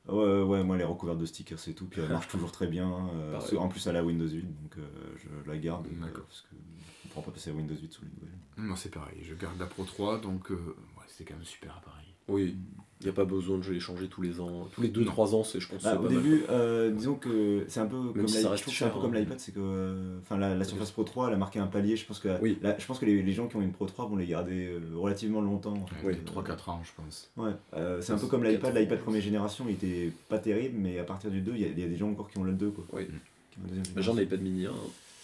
[SPEAKER 2] Ouais, ouais, moi elle est recouverte de stickers c'est tout, puis elle marche toujours très bien. euh,
[SPEAKER 3] Pareil.
[SPEAKER 2] sur- en plus elle a Windows 8, donc euh, je la garde. euh,
[SPEAKER 1] D'accord.
[SPEAKER 2] parce que on pourra pas passer à Windows 8 sous les nouvelles.
[SPEAKER 1] Moi, c'est pareil. Je garde la Pro 3, donc euh, ouais, c'est quand même un super appareil.
[SPEAKER 3] Oui, il n'y a pas besoin de les changer tous les ans. Tous les
[SPEAKER 1] Non.
[SPEAKER 3] 2-3 ans, c'est, je pense que
[SPEAKER 2] Bah,
[SPEAKER 3] c'est pas
[SPEAKER 2] au début, euh, disons que c'est un peu comme
[SPEAKER 3] si ça
[SPEAKER 2] l'i-
[SPEAKER 3] reste
[SPEAKER 2] je trouve que c'est un peu
[SPEAKER 3] cher,
[SPEAKER 2] comme
[SPEAKER 3] hein.
[SPEAKER 2] l'iPad, c'est que euh, enfin la, la Surface Pro 3 elle a marqué un palier. Je pense que,
[SPEAKER 3] Oui.
[SPEAKER 2] la- je pense que les, les gens qui ont une Pro 3 vont les garder euh, relativement longtemps. en fait.
[SPEAKER 1] Ouais,
[SPEAKER 2] Euh,
[SPEAKER 1] 3-4 ans, je pense.
[SPEAKER 2] Ouais, euh, c'est un peu comme
[SPEAKER 3] Quatre
[SPEAKER 2] l'iPad.
[SPEAKER 3] ans.
[SPEAKER 2] L'iPad première génération il était pas terrible, mais à partir du 2, il y, a- il y a des gens encore qui ont le 2. Quoi.
[SPEAKER 3] Oui.
[SPEAKER 2] Qui ont la deuxième
[SPEAKER 3] mal. J'ai un
[SPEAKER 2] génération.
[SPEAKER 3] iPad mini hein,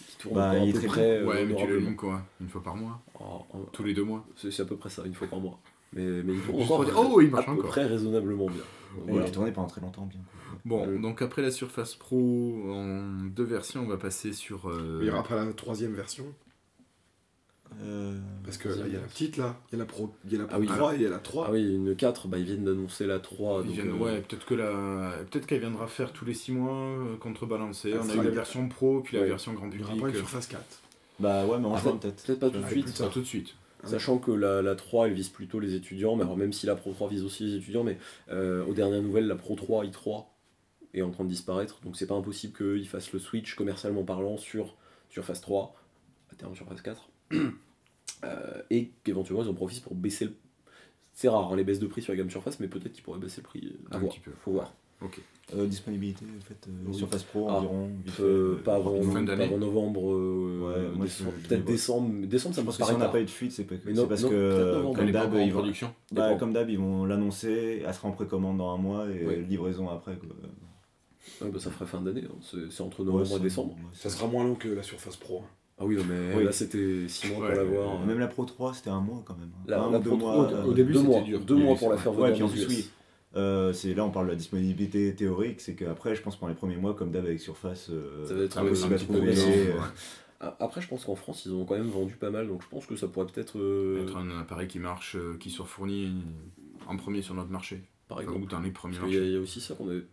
[SPEAKER 3] qui tourne
[SPEAKER 2] Bah,
[SPEAKER 3] encore
[SPEAKER 2] il est
[SPEAKER 3] à peu
[SPEAKER 2] très
[SPEAKER 3] près.
[SPEAKER 1] ouais,
[SPEAKER 3] euh,
[SPEAKER 1] mais tu
[SPEAKER 3] honorablement.
[SPEAKER 1] l'allumes quoi Une fois par mois
[SPEAKER 3] Ah, un-
[SPEAKER 1] Tous les deux mois
[SPEAKER 3] c'est, c'est à peu près ça, une fois par mois. Mais, mais il tourne
[SPEAKER 1] Juste pour
[SPEAKER 3] encore
[SPEAKER 1] dire, oh, il
[SPEAKER 3] à
[SPEAKER 1] marche
[SPEAKER 3] peu
[SPEAKER 1] encore.
[SPEAKER 3] près raisonnablement bien. Donc,
[SPEAKER 2] Ouais,
[SPEAKER 3] voilà.
[SPEAKER 2] Il est tourné pendant très longtemps, bien. quoi.
[SPEAKER 1] Bon,
[SPEAKER 3] Euh,
[SPEAKER 1] donc après la Surface Pro en deux versions, on va passer sur. euh,
[SPEAKER 4] Il n'y aura pas la troisième version
[SPEAKER 2] Euh,
[SPEAKER 4] Parce que là, il y a la petite là, il y a la Pro, il y a la Pro
[SPEAKER 3] Ah oui.
[SPEAKER 4] 3 et il y a la 3.
[SPEAKER 3] Ah oui, une 4, bah, ils viennent d'annoncer la 3.
[SPEAKER 1] ils
[SPEAKER 3] donc,
[SPEAKER 1] viennent-
[SPEAKER 3] euh,
[SPEAKER 1] ouais, peut-être que la, peut-être qu'elle viendra faire tous les six mois euh, contrebalancer.
[SPEAKER 4] Elle
[SPEAKER 1] On a
[SPEAKER 4] sera
[SPEAKER 1] eu la
[SPEAKER 4] bien.
[SPEAKER 1] version pro, puis la
[SPEAKER 3] Ouais.
[SPEAKER 1] version grand
[SPEAKER 4] Il n'y aura
[SPEAKER 1] public.
[SPEAKER 4] pas une
[SPEAKER 1] euh,
[SPEAKER 4] Surface 4.
[SPEAKER 2] Bah ouais, mais en
[SPEAKER 3] Ah
[SPEAKER 2] juin
[SPEAKER 3] bon
[SPEAKER 2] peut-être.
[SPEAKER 3] Peut-être pas tout de
[SPEAKER 4] Ah,
[SPEAKER 3] suite.
[SPEAKER 4] plus
[SPEAKER 1] pas tout de suite.
[SPEAKER 3] Sachant que la, la 3 elle vise plutôt les étudiants, mais alors même si la Pro 3 vise aussi les étudiants, mais euh, aux dernières nouvelles, la Pro 3 i3 est en train de disparaître, donc c'est pas impossible qu'ils fassent le switch commercialement parlant sur Surface 3, à terme Surface 4, Euh, et qu'éventuellement ils en profitent pour baisser le. C'est rare hein, les baisses de prix sur la gamme Surface, mais peut-être qu'ils pourraient baisser le prix. euh, À
[SPEAKER 1] Un
[SPEAKER 3] voir.
[SPEAKER 1] petit peu.
[SPEAKER 3] Faut voir.
[SPEAKER 2] Euh, disponibilité en fait, euh,
[SPEAKER 3] Oui.
[SPEAKER 2] Surface Pro
[SPEAKER 3] Ah,
[SPEAKER 2] environ. vite
[SPEAKER 3] Euh,
[SPEAKER 2] fait,
[SPEAKER 3] pas, avant,
[SPEAKER 2] rapidement.
[SPEAKER 1] Fin
[SPEAKER 3] pas
[SPEAKER 1] d'année.
[SPEAKER 3] avant novembre, euh,
[SPEAKER 2] Ouais, moi,
[SPEAKER 3] décembre-
[SPEAKER 2] je- je
[SPEAKER 3] peut-être
[SPEAKER 2] vois.
[SPEAKER 3] décembre. mais Décembre, ça
[SPEAKER 2] Je
[SPEAKER 3] me
[SPEAKER 2] pense que si
[SPEAKER 3] paraît
[SPEAKER 2] on n'a
[SPEAKER 3] tard.
[SPEAKER 2] pas eu de fuite, c'est pas-
[SPEAKER 3] Mais
[SPEAKER 2] c'est
[SPEAKER 3] non,
[SPEAKER 2] parce
[SPEAKER 3] non,
[SPEAKER 2] que
[SPEAKER 3] peut-être
[SPEAKER 2] euh,
[SPEAKER 3] novembre,
[SPEAKER 1] Elle
[SPEAKER 2] comme
[SPEAKER 1] est pas
[SPEAKER 2] d'hab,
[SPEAKER 1] encore en
[SPEAKER 2] ils vont-
[SPEAKER 1] production.
[SPEAKER 2] bah,
[SPEAKER 3] Dépend.
[SPEAKER 2] comme d'hab, ils vont l'annoncer, elle sera en précommande dans un mois et
[SPEAKER 3] Oui.
[SPEAKER 2] livraison après. quoi.
[SPEAKER 3] Ouais, bah, ça ferait fin d'année, hein. c'est c'est entre
[SPEAKER 2] Ouais,
[SPEAKER 3] novembre
[SPEAKER 2] c'est-
[SPEAKER 3] et décembre.
[SPEAKER 2] ouais,
[SPEAKER 4] Ça
[SPEAKER 2] c'est-
[SPEAKER 4] sera moins long que la Surface Pro. hein.
[SPEAKER 3] Ah oui, non, mais
[SPEAKER 2] Oui.
[SPEAKER 3] là c'était 6 mois
[SPEAKER 1] Ouais,
[SPEAKER 3] pour l'avoir. hein.
[SPEAKER 2] Même la Pro 3, c'était un mois quand même. hein.
[SPEAKER 3] La,
[SPEAKER 2] un
[SPEAKER 3] la
[SPEAKER 2] ou deux
[SPEAKER 3] Pro
[SPEAKER 2] mois.
[SPEAKER 3] 3, au,
[SPEAKER 2] euh,
[SPEAKER 3] au début,
[SPEAKER 1] deux
[SPEAKER 3] c'était
[SPEAKER 1] mois.
[SPEAKER 3] dur.
[SPEAKER 1] Au
[SPEAKER 3] Deux
[SPEAKER 1] début,
[SPEAKER 3] mois pour la
[SPEAKER 1] c'était-
[SPEAKER 3] faire
[SPEAKER 2] ouais,
[SPEAKER 3] venir
[SPEAKER 2] puis en
[SPEAKER 3] des
[SPEAKER 2] plus,
[SPEAKER 3] US.
[SPEAKER 2] oui. euh, c'est là on parle de la disponibilité théorique, c'est qu'après je pense pendant les premiers mois comme d'hab avec Surface, euh,
[SPEAKER 3] Ça va être
[SPEAKER 1] un
[SPEAKER 2] impossible à
[SPEAKER 1] petit
[SPEAKER 2] trouver.
[SPEAKER 1] peu
[SPEAKER 2] euh,
[SPEAKER 1] décent,
[SPEAKER 3] A- Après, je pense qu'en France, ils ont quand même vendu pas mal, donc je pense que ça pourrait peut-être. euh,
[SPEAKER 1] Être un appareil qui marche, euh, qui soit fourni euh, en premier sur notre marché.
[SPEAKER 3] par
[SPEAKER 1] Enfin,
[SPEAKER 3] exemple.
[SPEAKER 1] ou dans les premiers
[SPEAKER 3] Parce qu'il y a-
[SPEAKER 1] marchés.
[SPEAKER 3] il y, a aussi ça qu'on avait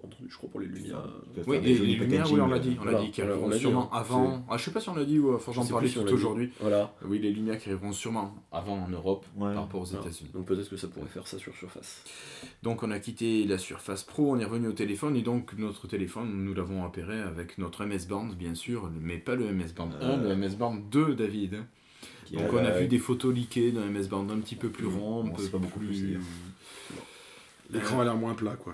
[SPEAKER 3] entendu, je crois, pour les lumières.
[SPEAKER 2] ils peuvent
[SPEAKER 1] Oui,
[SPEAKER 2] faire
[SPEAKER 1] et
[SPEAKER 2] des jolis
[SPEAKER 1] les lumières, oui,
[SPEAKER 2] packaging,
[SPEAKER 1] on l'a dit. On l'a
[SPEAKER 3] voilà,
[SPEAKER 1] dit, qui
[SPEAKER 3] on l'a- on
[SPEAKER 1] arriveront
[SPEAKER 3] l'a dit,
[SPEAKER 1] sûrement
[SPEAKER 3] hein.
[SPEAKER 1] avant. Ah, je sais pas si on l'a dit ou enfin,
[SPEAKER 3] Je
[SPEAKER 1] j'en
[SPEAKER 3] sais
[SPEAKER 1] parlais
[SPEAKER 3] plus si on
[SPEAKER 1] tout
[SPEAKER 3] l'a dit.
[SPEAKER 1] aujourd'hui.
[SPEAKER 3] Voilà.
[SPEAKER 1] Oui, les lumières qui arriveront sûrement avant en Europe
[SPEAKER 2] euh, Ouais.
[SPEAKER 1] par rapport aux
[SPEAKER 3] Voilà.
[SPEAKER 1] États-Unis.
[SPEAKER 3] Donc peut-être que ça pourrait faire ça sur Surface.
[SPEAKER 1] Donc on a quitté la Surface Pro, on est revenu au téléphone et donc notre téléphone, nous l'avons appairé avec notre MS Band bien sûr, mais pas le MS Band 1,
[SPEAKER 2] Euh.
[SPEAKER 1] le MS Band 2 David.
[SPEAKER 2] qui,
[SPEAKER 1] Donc
[SPEAKER 2] euh,
[SPEAKER 1] on a vu des photos liquées d'un MS Band un petit peu plus rond, un
[SPEAKER 2] on
[SPEAKER 1] peu
[SPEAKER 2] sait pas beaucoup euh,
[SPEAKER 1] plus...
[SPEAKER 2] plus, d'ailleurs.
[SPEAKER 4] L'écran a l'air moins plat quoi.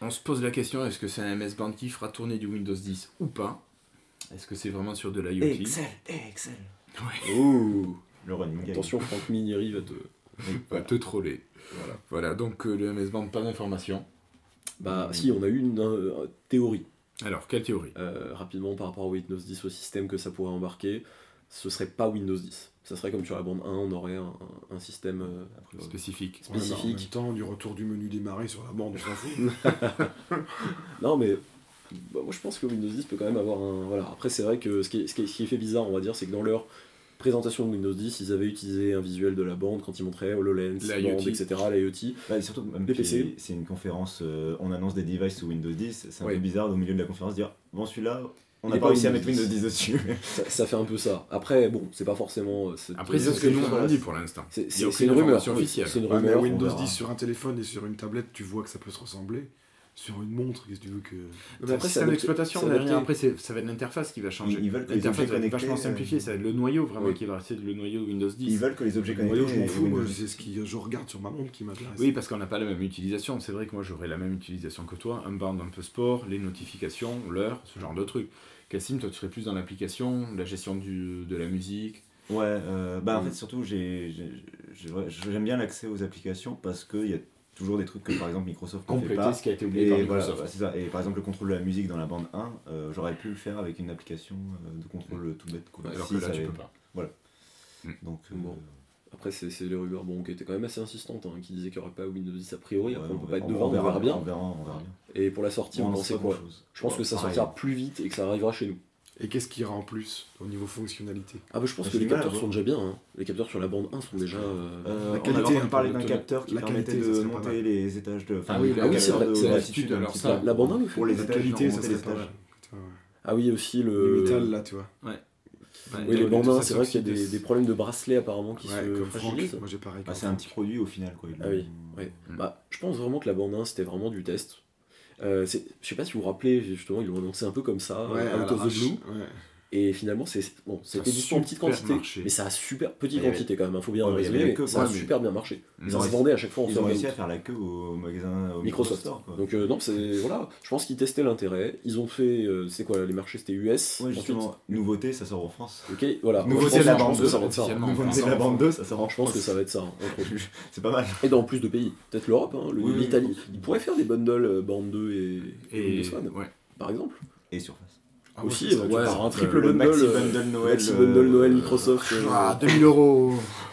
[SPEAKER 1] On se pose la question, est-ce que c'est un MS Band qui fera tourner du Windows 10 ou pas Est-ce que c'est vraiment sur de l'IoT
[SPEAKER 5] Excel, Excel.
[SPEAKER 1] Ouais.
[SPEAKER 3] Oh
[SPEAKER 2] Le running gag.
[SPEAKER 3] Attention, Franck Minieri va te.
[SPEAKER 1] Va te troller.
[SPEAKER 3] Voilà.
[SPEAKER 1] Voilà, donc euh, le MS Band, pas d'informations.
[SPEAKER 3] Bah, si, on a eu une euh, théorie
[SPEAKER 1] Alors, quelle théorie
[SPEAKER 3] euh, rapidement par rapport à Windows 10 au système que ça pourrait embarquer. Ce serait pas Windows 10. Ça serait comme sur la bande 1, on aurait un, un- un système. euh,
[SPEAKER 1] Spécifique.
[SPEAKER 4] Ouais, bah,
[SPEAKER 3] Spécifique.
[SPEAKER 4] en même temps, du retour du menu démarrer sur la bande, on s'en fout.
[SPEAKER 3] Non, mais bah, moi je pense que Windows 10 peut quand même avoir un. Voilà. Après, c'est vrai que ce qui, est- ce, qui est- ce qui fait bizarre, on va dire, c'est que dans leur présentation de Windows 10, ils avaient utilisé un visuel de la bande quand ils montraient HoloLens,
[SPEAKER 1] La
[SPEAKER 3] bande,
[SPEAKER 1] IoT.
[SPEAKER 3] etc., la IoT.
[SPEAKER 2] Bah, et surtout, même
[SPEAKER 3] Les PC.
[SPEAKER 2] qu'il- c'est une conférence, euh, on annonce des devices sous Windows 10, c'est un
[SPEAKER 3] Ouais.
[SPEAKER 2] peu bizarre au milieu de la conférence dire Bon, celui-là, on
[SPEAKER 3] Il
[SPEAKER 2] n'a
[SPEAKER 3] est
[SPEAKER 2] pas
[SPEAKER 3] pas
[SPEAKER 2] réussi à
[SPEAKER 3] Windows
[SPEAKER 2] mettre Windows
[SPEAKER 3] 10.
[SPEAKER 2] 10 dessus.
[SPEAKER 3] Ça, ça fait un peu ça. Après, bon, c'est pas forcément. euh, cette-
[SPEAKER 1] Après,
[SPEAKER 2] c'est
[SPEAKER 1] c'est
[SPEAKER 2] ce
[SPEAKER 1] ce que
[SPEAKER 2] que
[SPEAKER 1] nous
[SPEAKER 2] je
[SPEAKER 1] on
[SPEAKER 2] pense.
[SPEAKER 1] dit pour l'instant.
[SPEAKER 3] C'est
[SPEAKER 1] Il y a
[SPEAKER 3] c'est-
[SPEAKER 1] aucune
[SPEAKER 3] c'est une rumeur.
[SPEAKER 1] information
[SPEAKER 3] oui.
[SPEAKER 1] officielle.
[SPEAKER 3] C'est une
[SPEAKER 4] Ah, mais
[SPEAKER 3] rumeur.
[SPEAKER 4] Windows
[SPEAKER 2] verra.
[SPEAKER 4] 10 sur un téléphone et sur une tablette, tu vois que ça peut se ressembler. Sur une montre, qu'est-ce que tu veux que.
[SPEAKER 1] Mais
[SPEAKER 3] Après,
[SPEAKER 1] après,
[SPEAKER 3] c'est
[SPEAKER 1] c'est
[SPEAKER 3] adapté-
[SPEAKER 1] l'exploitation,
[SPEAKER 3] c'est
[SPEAKER 1] on a
[SPEAKER 3] adapté.
[SPEAKER 1] rien. Après, c'est- ça va être l'interface qui va changer.
[SPEAKER 2] Ils- ils veulent que les
[SPEAKER 1] L'interface
[SPEAKER 2] objets
[SPEAKER 1] va être
[SPEAKER 2] connectés,
[SPEAKER 1] vachement
[SPEAKER 2] euh,
[SPEAKER 1] simplifiée, ça va être le noyau vraiment
[SPEAKER 3] Oui.
[SPEAKER 1] qui va rester le noyau Windows 10.
[SPEAKER 2] Ils veulent que les objets
[SPEAKER 4] Moi,
[SPEAKER 2] connectés. euh,
[SPEAKER 4] je m'en
[SPEAKER 2] et
[SPEAKER 4] fous, moi,
[SPEAKER 2] Windows 10.
[SPEAKER 4] c'est ce que je regarde sur ma montre qui m'intéresse.
[SPEAKER 1] Oui, parce qu'on n'a pas la même utilisation. C'est vrai que moi, j'aurais la même utilisation que toi. Un band un peu sport, les notifications, l'heure, ce genre de trucs. Cassim, toi, tu serais plus dans l'application, la gestion du, de la musique.
[SPEAKER 2] Ouais, euh, bah en
[SPEAKER 3] Mm.
[SPEAKER 2] fait, surtout, j'ai- j'ai- j'ai- ouais, j'aime bien l'accès aux applications parce qu'il y a toujours des trucs que par exemple Microsoft ne fait
[SPEAKER 1] Compléter
[SPEAKER 2] pas.
[SPEAKER 1] ce qui a été oublié par
[SPEAKER 2] Et, voilà,
[SPEAKER 1] Microsoft.
[SPEAKER 2] ouais, c'est ça. et par exemple, le contrôle de la musique dans la bande 1, euh, j'aurais pu le faire avec une application euh, de contrôle tout bête. quoi.
[SPEAKER 1] Alors
[SPEAKER 2] Bah, Si,
[SPEAKER 1] que là,
[SPEAKER 2] ça
[SPEAKER 1] tu
[SPEAKER 2] avait-
[SPEAKER 1] peux pas.
[SPEAKER 2] Donc, euh,
[SPEAKER 3] Bon. Après, c'est c'est les rumeurs bon, qui étaient quand même assez insistantes, hein, qui disaient qu'il n'y aurait pas Windows 10 a priori. Après,
[SPEAKER 2] ouais,
[SPEAKER 3] on peut pas être
[SPEAKER 2] on-
[SPEAKER 3] devant, on verra,
[SPEAKER 2] On
[SPEAKER 3] bien.
[SPEAKER 2] verra, on verra bien.
[SPEAKER 3] Et pour la sortie, on
[SPEAKER 2] en
[SPEAKER 3] pensait
[SPEAKER 2] sait
[SPEAKER 3] quoi
[SPEAKER 2] grand-chose.
[SPEAKER 3] Je pense que ça
[SPEAKER 2] Pareil.
[SPEAKER 3] sortira plus vite et que ça arrivera chez nous.
[SPEAKER 4] Et qu'est-ce qui ira en plus au niveau fonctionnalité
[SPEAKER 3] Ah bah je pense
[SPEAKER 2] Bah,
[SPEAKER 3] que les
[SPEAKER 2] c'est mal à
[SPEAKER 3] capteurs
[SPEAKER 2] voir.
[SPEAKER 3] sont déjà bien. hein. Les capteurs sur la bande 1 sont déjà... euh,
[SPEAKER 2] Euh,
[SPEAKER 4] La
[SPEAKER 2] on
[SPEAKER 4] qualité,
[SPEAKER 2] avait
[SPEAKER 4] hein,
[SPEAKER 2] parlé
[SPEAKER 4] pour
[SPEAKER 2] d'un
[SPEAKER 4] le-
[SPEAKER 2] capteur qui
[SPEAKER 4] la
[SPEAKER 2] permettait
[SPEAKER 4] qualité, ça
[SPEAKER 2] de
[SPEAKER 4] serait pas
[SPEAKER 2] monter
[SPEAKER 4] mal.
[SPEAKER 2] les étages de. enfin,
[SPEAKER 1] Ah oui,
[SPEAKER 2] le
[SPEAKER 1] ah oui,
[SPEAKER 2] capteur
[SPEAKER 3] bah c'est vrai,
[SPEAKER 2] de
[SPEAKER 3] c'est la
[SPEAKER 2] latitude,
[SPEAKER 1] latitude,
[SPEAKER 2] un
[SPEAKER 1] alors
[SPEAKER 2] petit
[SPEAKER 1] ça,
[SPEAKER 2] peu.
[SPEAKER 3] la bande 1
[SPEAKER 2] pour les
[SPEAKER 4] La
[SPEAKER 2] étages,
[SPEAKER 4] qualité,
[SPEAKER 2] genre,
[SPEAKER 4] ça
[SPEAKER 2] monter
[SPEAKER 4] serait
[SPEAKER 2] les
[SPEAKER 4] pas mal.
[SPEAKER 2] étages.
[SPEAKER 4] Putain, ouais.
[SPEAKER 3] Ah oui, aussi
[SPEAKER 4] Le
[SPEAKER 3] le...
[SPEAKER 4] métal, là, tu vois.
[SPEAKER 3] Oui, les
[SPEAKER 4] Ouais,
[SPEAKER 3] bandes
[SPEAKER 4] tout
[SPEAKER 3] 1,
[SPEAKER 4] ça
[SPEAKER 3] c'est vrai qu'il y a des,
[SPEAKER 4] s'oxyde.
[SPEAKER 3] des problèmes de bracelets apparemment qui
[SPEAKER 4] Ouais,
[SPEAKER 3] se
[SPEAKER 4] comme Franck,
[SPEAKER 3] fragilisent.
[SPEAKER 4] moi j'ai pareil.
[SPEAKER 2] Ah,
[SPEAKER 4] comme
[SPEAKER 2] c'est un
[SPEAKER 4] Franck.
[SPEAKER 2] petit produit au final, quoi. ils
[SPEAKER 3] Ah oui,
[SPEAKER 2] l'ont-
[SPEAKER 3] ouais. Bah, je pense vraiment que la bande 1, c'était vraiment du test. Euh, c'est- je sais pas si vous vous rappelez, justement, ils l'ont annoncé un peu comme ça,
[SPEAKER 4] Ouais,
[SPEAKER 3] euh,
[SPEAKER 4] à
[SPEAKER 3] out of the
[SPEAKER 4] l'arrache.
[SPEAKER 3] blue.
[SPEAKER 4] Ouais.
[SPEAKER 3] Et finalement, c'est bon,
[SPEAKER 1] Ça a
[SPEAKER 3] c'était dispo en petite
[SPEAKER 1] super
[SPEAKER 3] quantité,
[SPEAKER 1] marché.
[SPEAKER 3] mais ça a super petite
[SPEAKER 2] Il y avait-
[SPEAKER 3] quantité quand même. hein, faut bien
[SPEAKER 2] Ouais,
[SPEAKER 3] le
[SPEAKER 2] mais il y
[SPEAKER 3] résumer,
[SPEAKER 2] avait
[SPEAKER 3] mais
[SPEAKER 2] que-
[SPEAKER 3] ça a
[SPEAKER 1] ouais, mais-
[SPEAKER 3] super bien marché.
[SPEAKER 1] Ils
[SPEAKER 3] Ça
[SPEAKER 1] ont
[SPEAKER 3] se vendait à chaque fois en
[SPEAKER 2] Ils ont
[SPEAKER 3] fermant
[SPEAKER 2] réussi à faire la queue au magasin au
[SPEAKER 3] Microsoft.
[SPEAKER 2] Microsoft Store, quoi.
[SPEAKER 3] Donc euh, non, c'est voilà, je pense qu'ils testaient l'intérêt. Ils ont fait, euh, c'est quoi les marchés, c'était US.
[SPEAKER 2] Ouais,
[SPEAKER 3] ensuite-
[SPEAKER 2] justement, nouveauté, ça sort en France.
[SPEAKER 3] Ok, voilà.
[SPEAKER 2] Nouveau
[SPEAKER 3] Moi, je
[SPEAKER 2] c'est
[SPEAKER 3] pense-
[SPEAKER 2] la
[SPEAKER 3] je pense
[SPEAKER 2] bande
[SPEAKER 3] que ça va être ça.
[SPEAKER 1] officiellement.
[SPEAKER 3] hein.
[SPEAKER 1] Enfin,
[SPEAKER 2] Nouveauté de la
[SPEAKER 1] ça,
[SPEAKER 2] bande 2, ça sort en
[SPEAKER 3] Je pense que
[SPEAKER 2] France.
[SPEAKER 3] ça va être ça. hein, en gros.
[SPEAKER 2] C'est pas mal.
[SPEAKER 3] Et dans plus de pays, peut-être l'Europe, hein, le-
[SPEAKER 2] Oui, oui,
[SPEAKER 3] l'Italie.
[SPEAKER 2] oui.
[SPEAKER 3] Ils pourraient faire des bundles euh, bande 2 et, et
[SPEAKER 1] Et
[SPEAKER 3] Windows Phone,
[SPEAKER 1] ouais.
[SPEAKER 3] par exemple.
[SPEAKER 2] Et surface.
[SPEAKER 4] Ah,
[SPEAKER 3] Aussi,
[SPEAKER 4] ouais, ça serait
[SPEAKER 3] ouais,
[SPEAKER 4] dur.
[SPEAKER 3] un triple
[SPEAKER 1] Le
[SPEAKER 2] Le
[SPEAKER 3] bundle.
[SPEAKER 2] Maxi
[SPEAKER 3] euh,
[SPEAKER 2] Bundle Noël.
[SPEAKER 3] Maxi bundle Noël
[SPEAKER 2] euh,
[SPEAKER 3] Microsoft. euh,
[SPEAKER 4] Ah, 2000 euros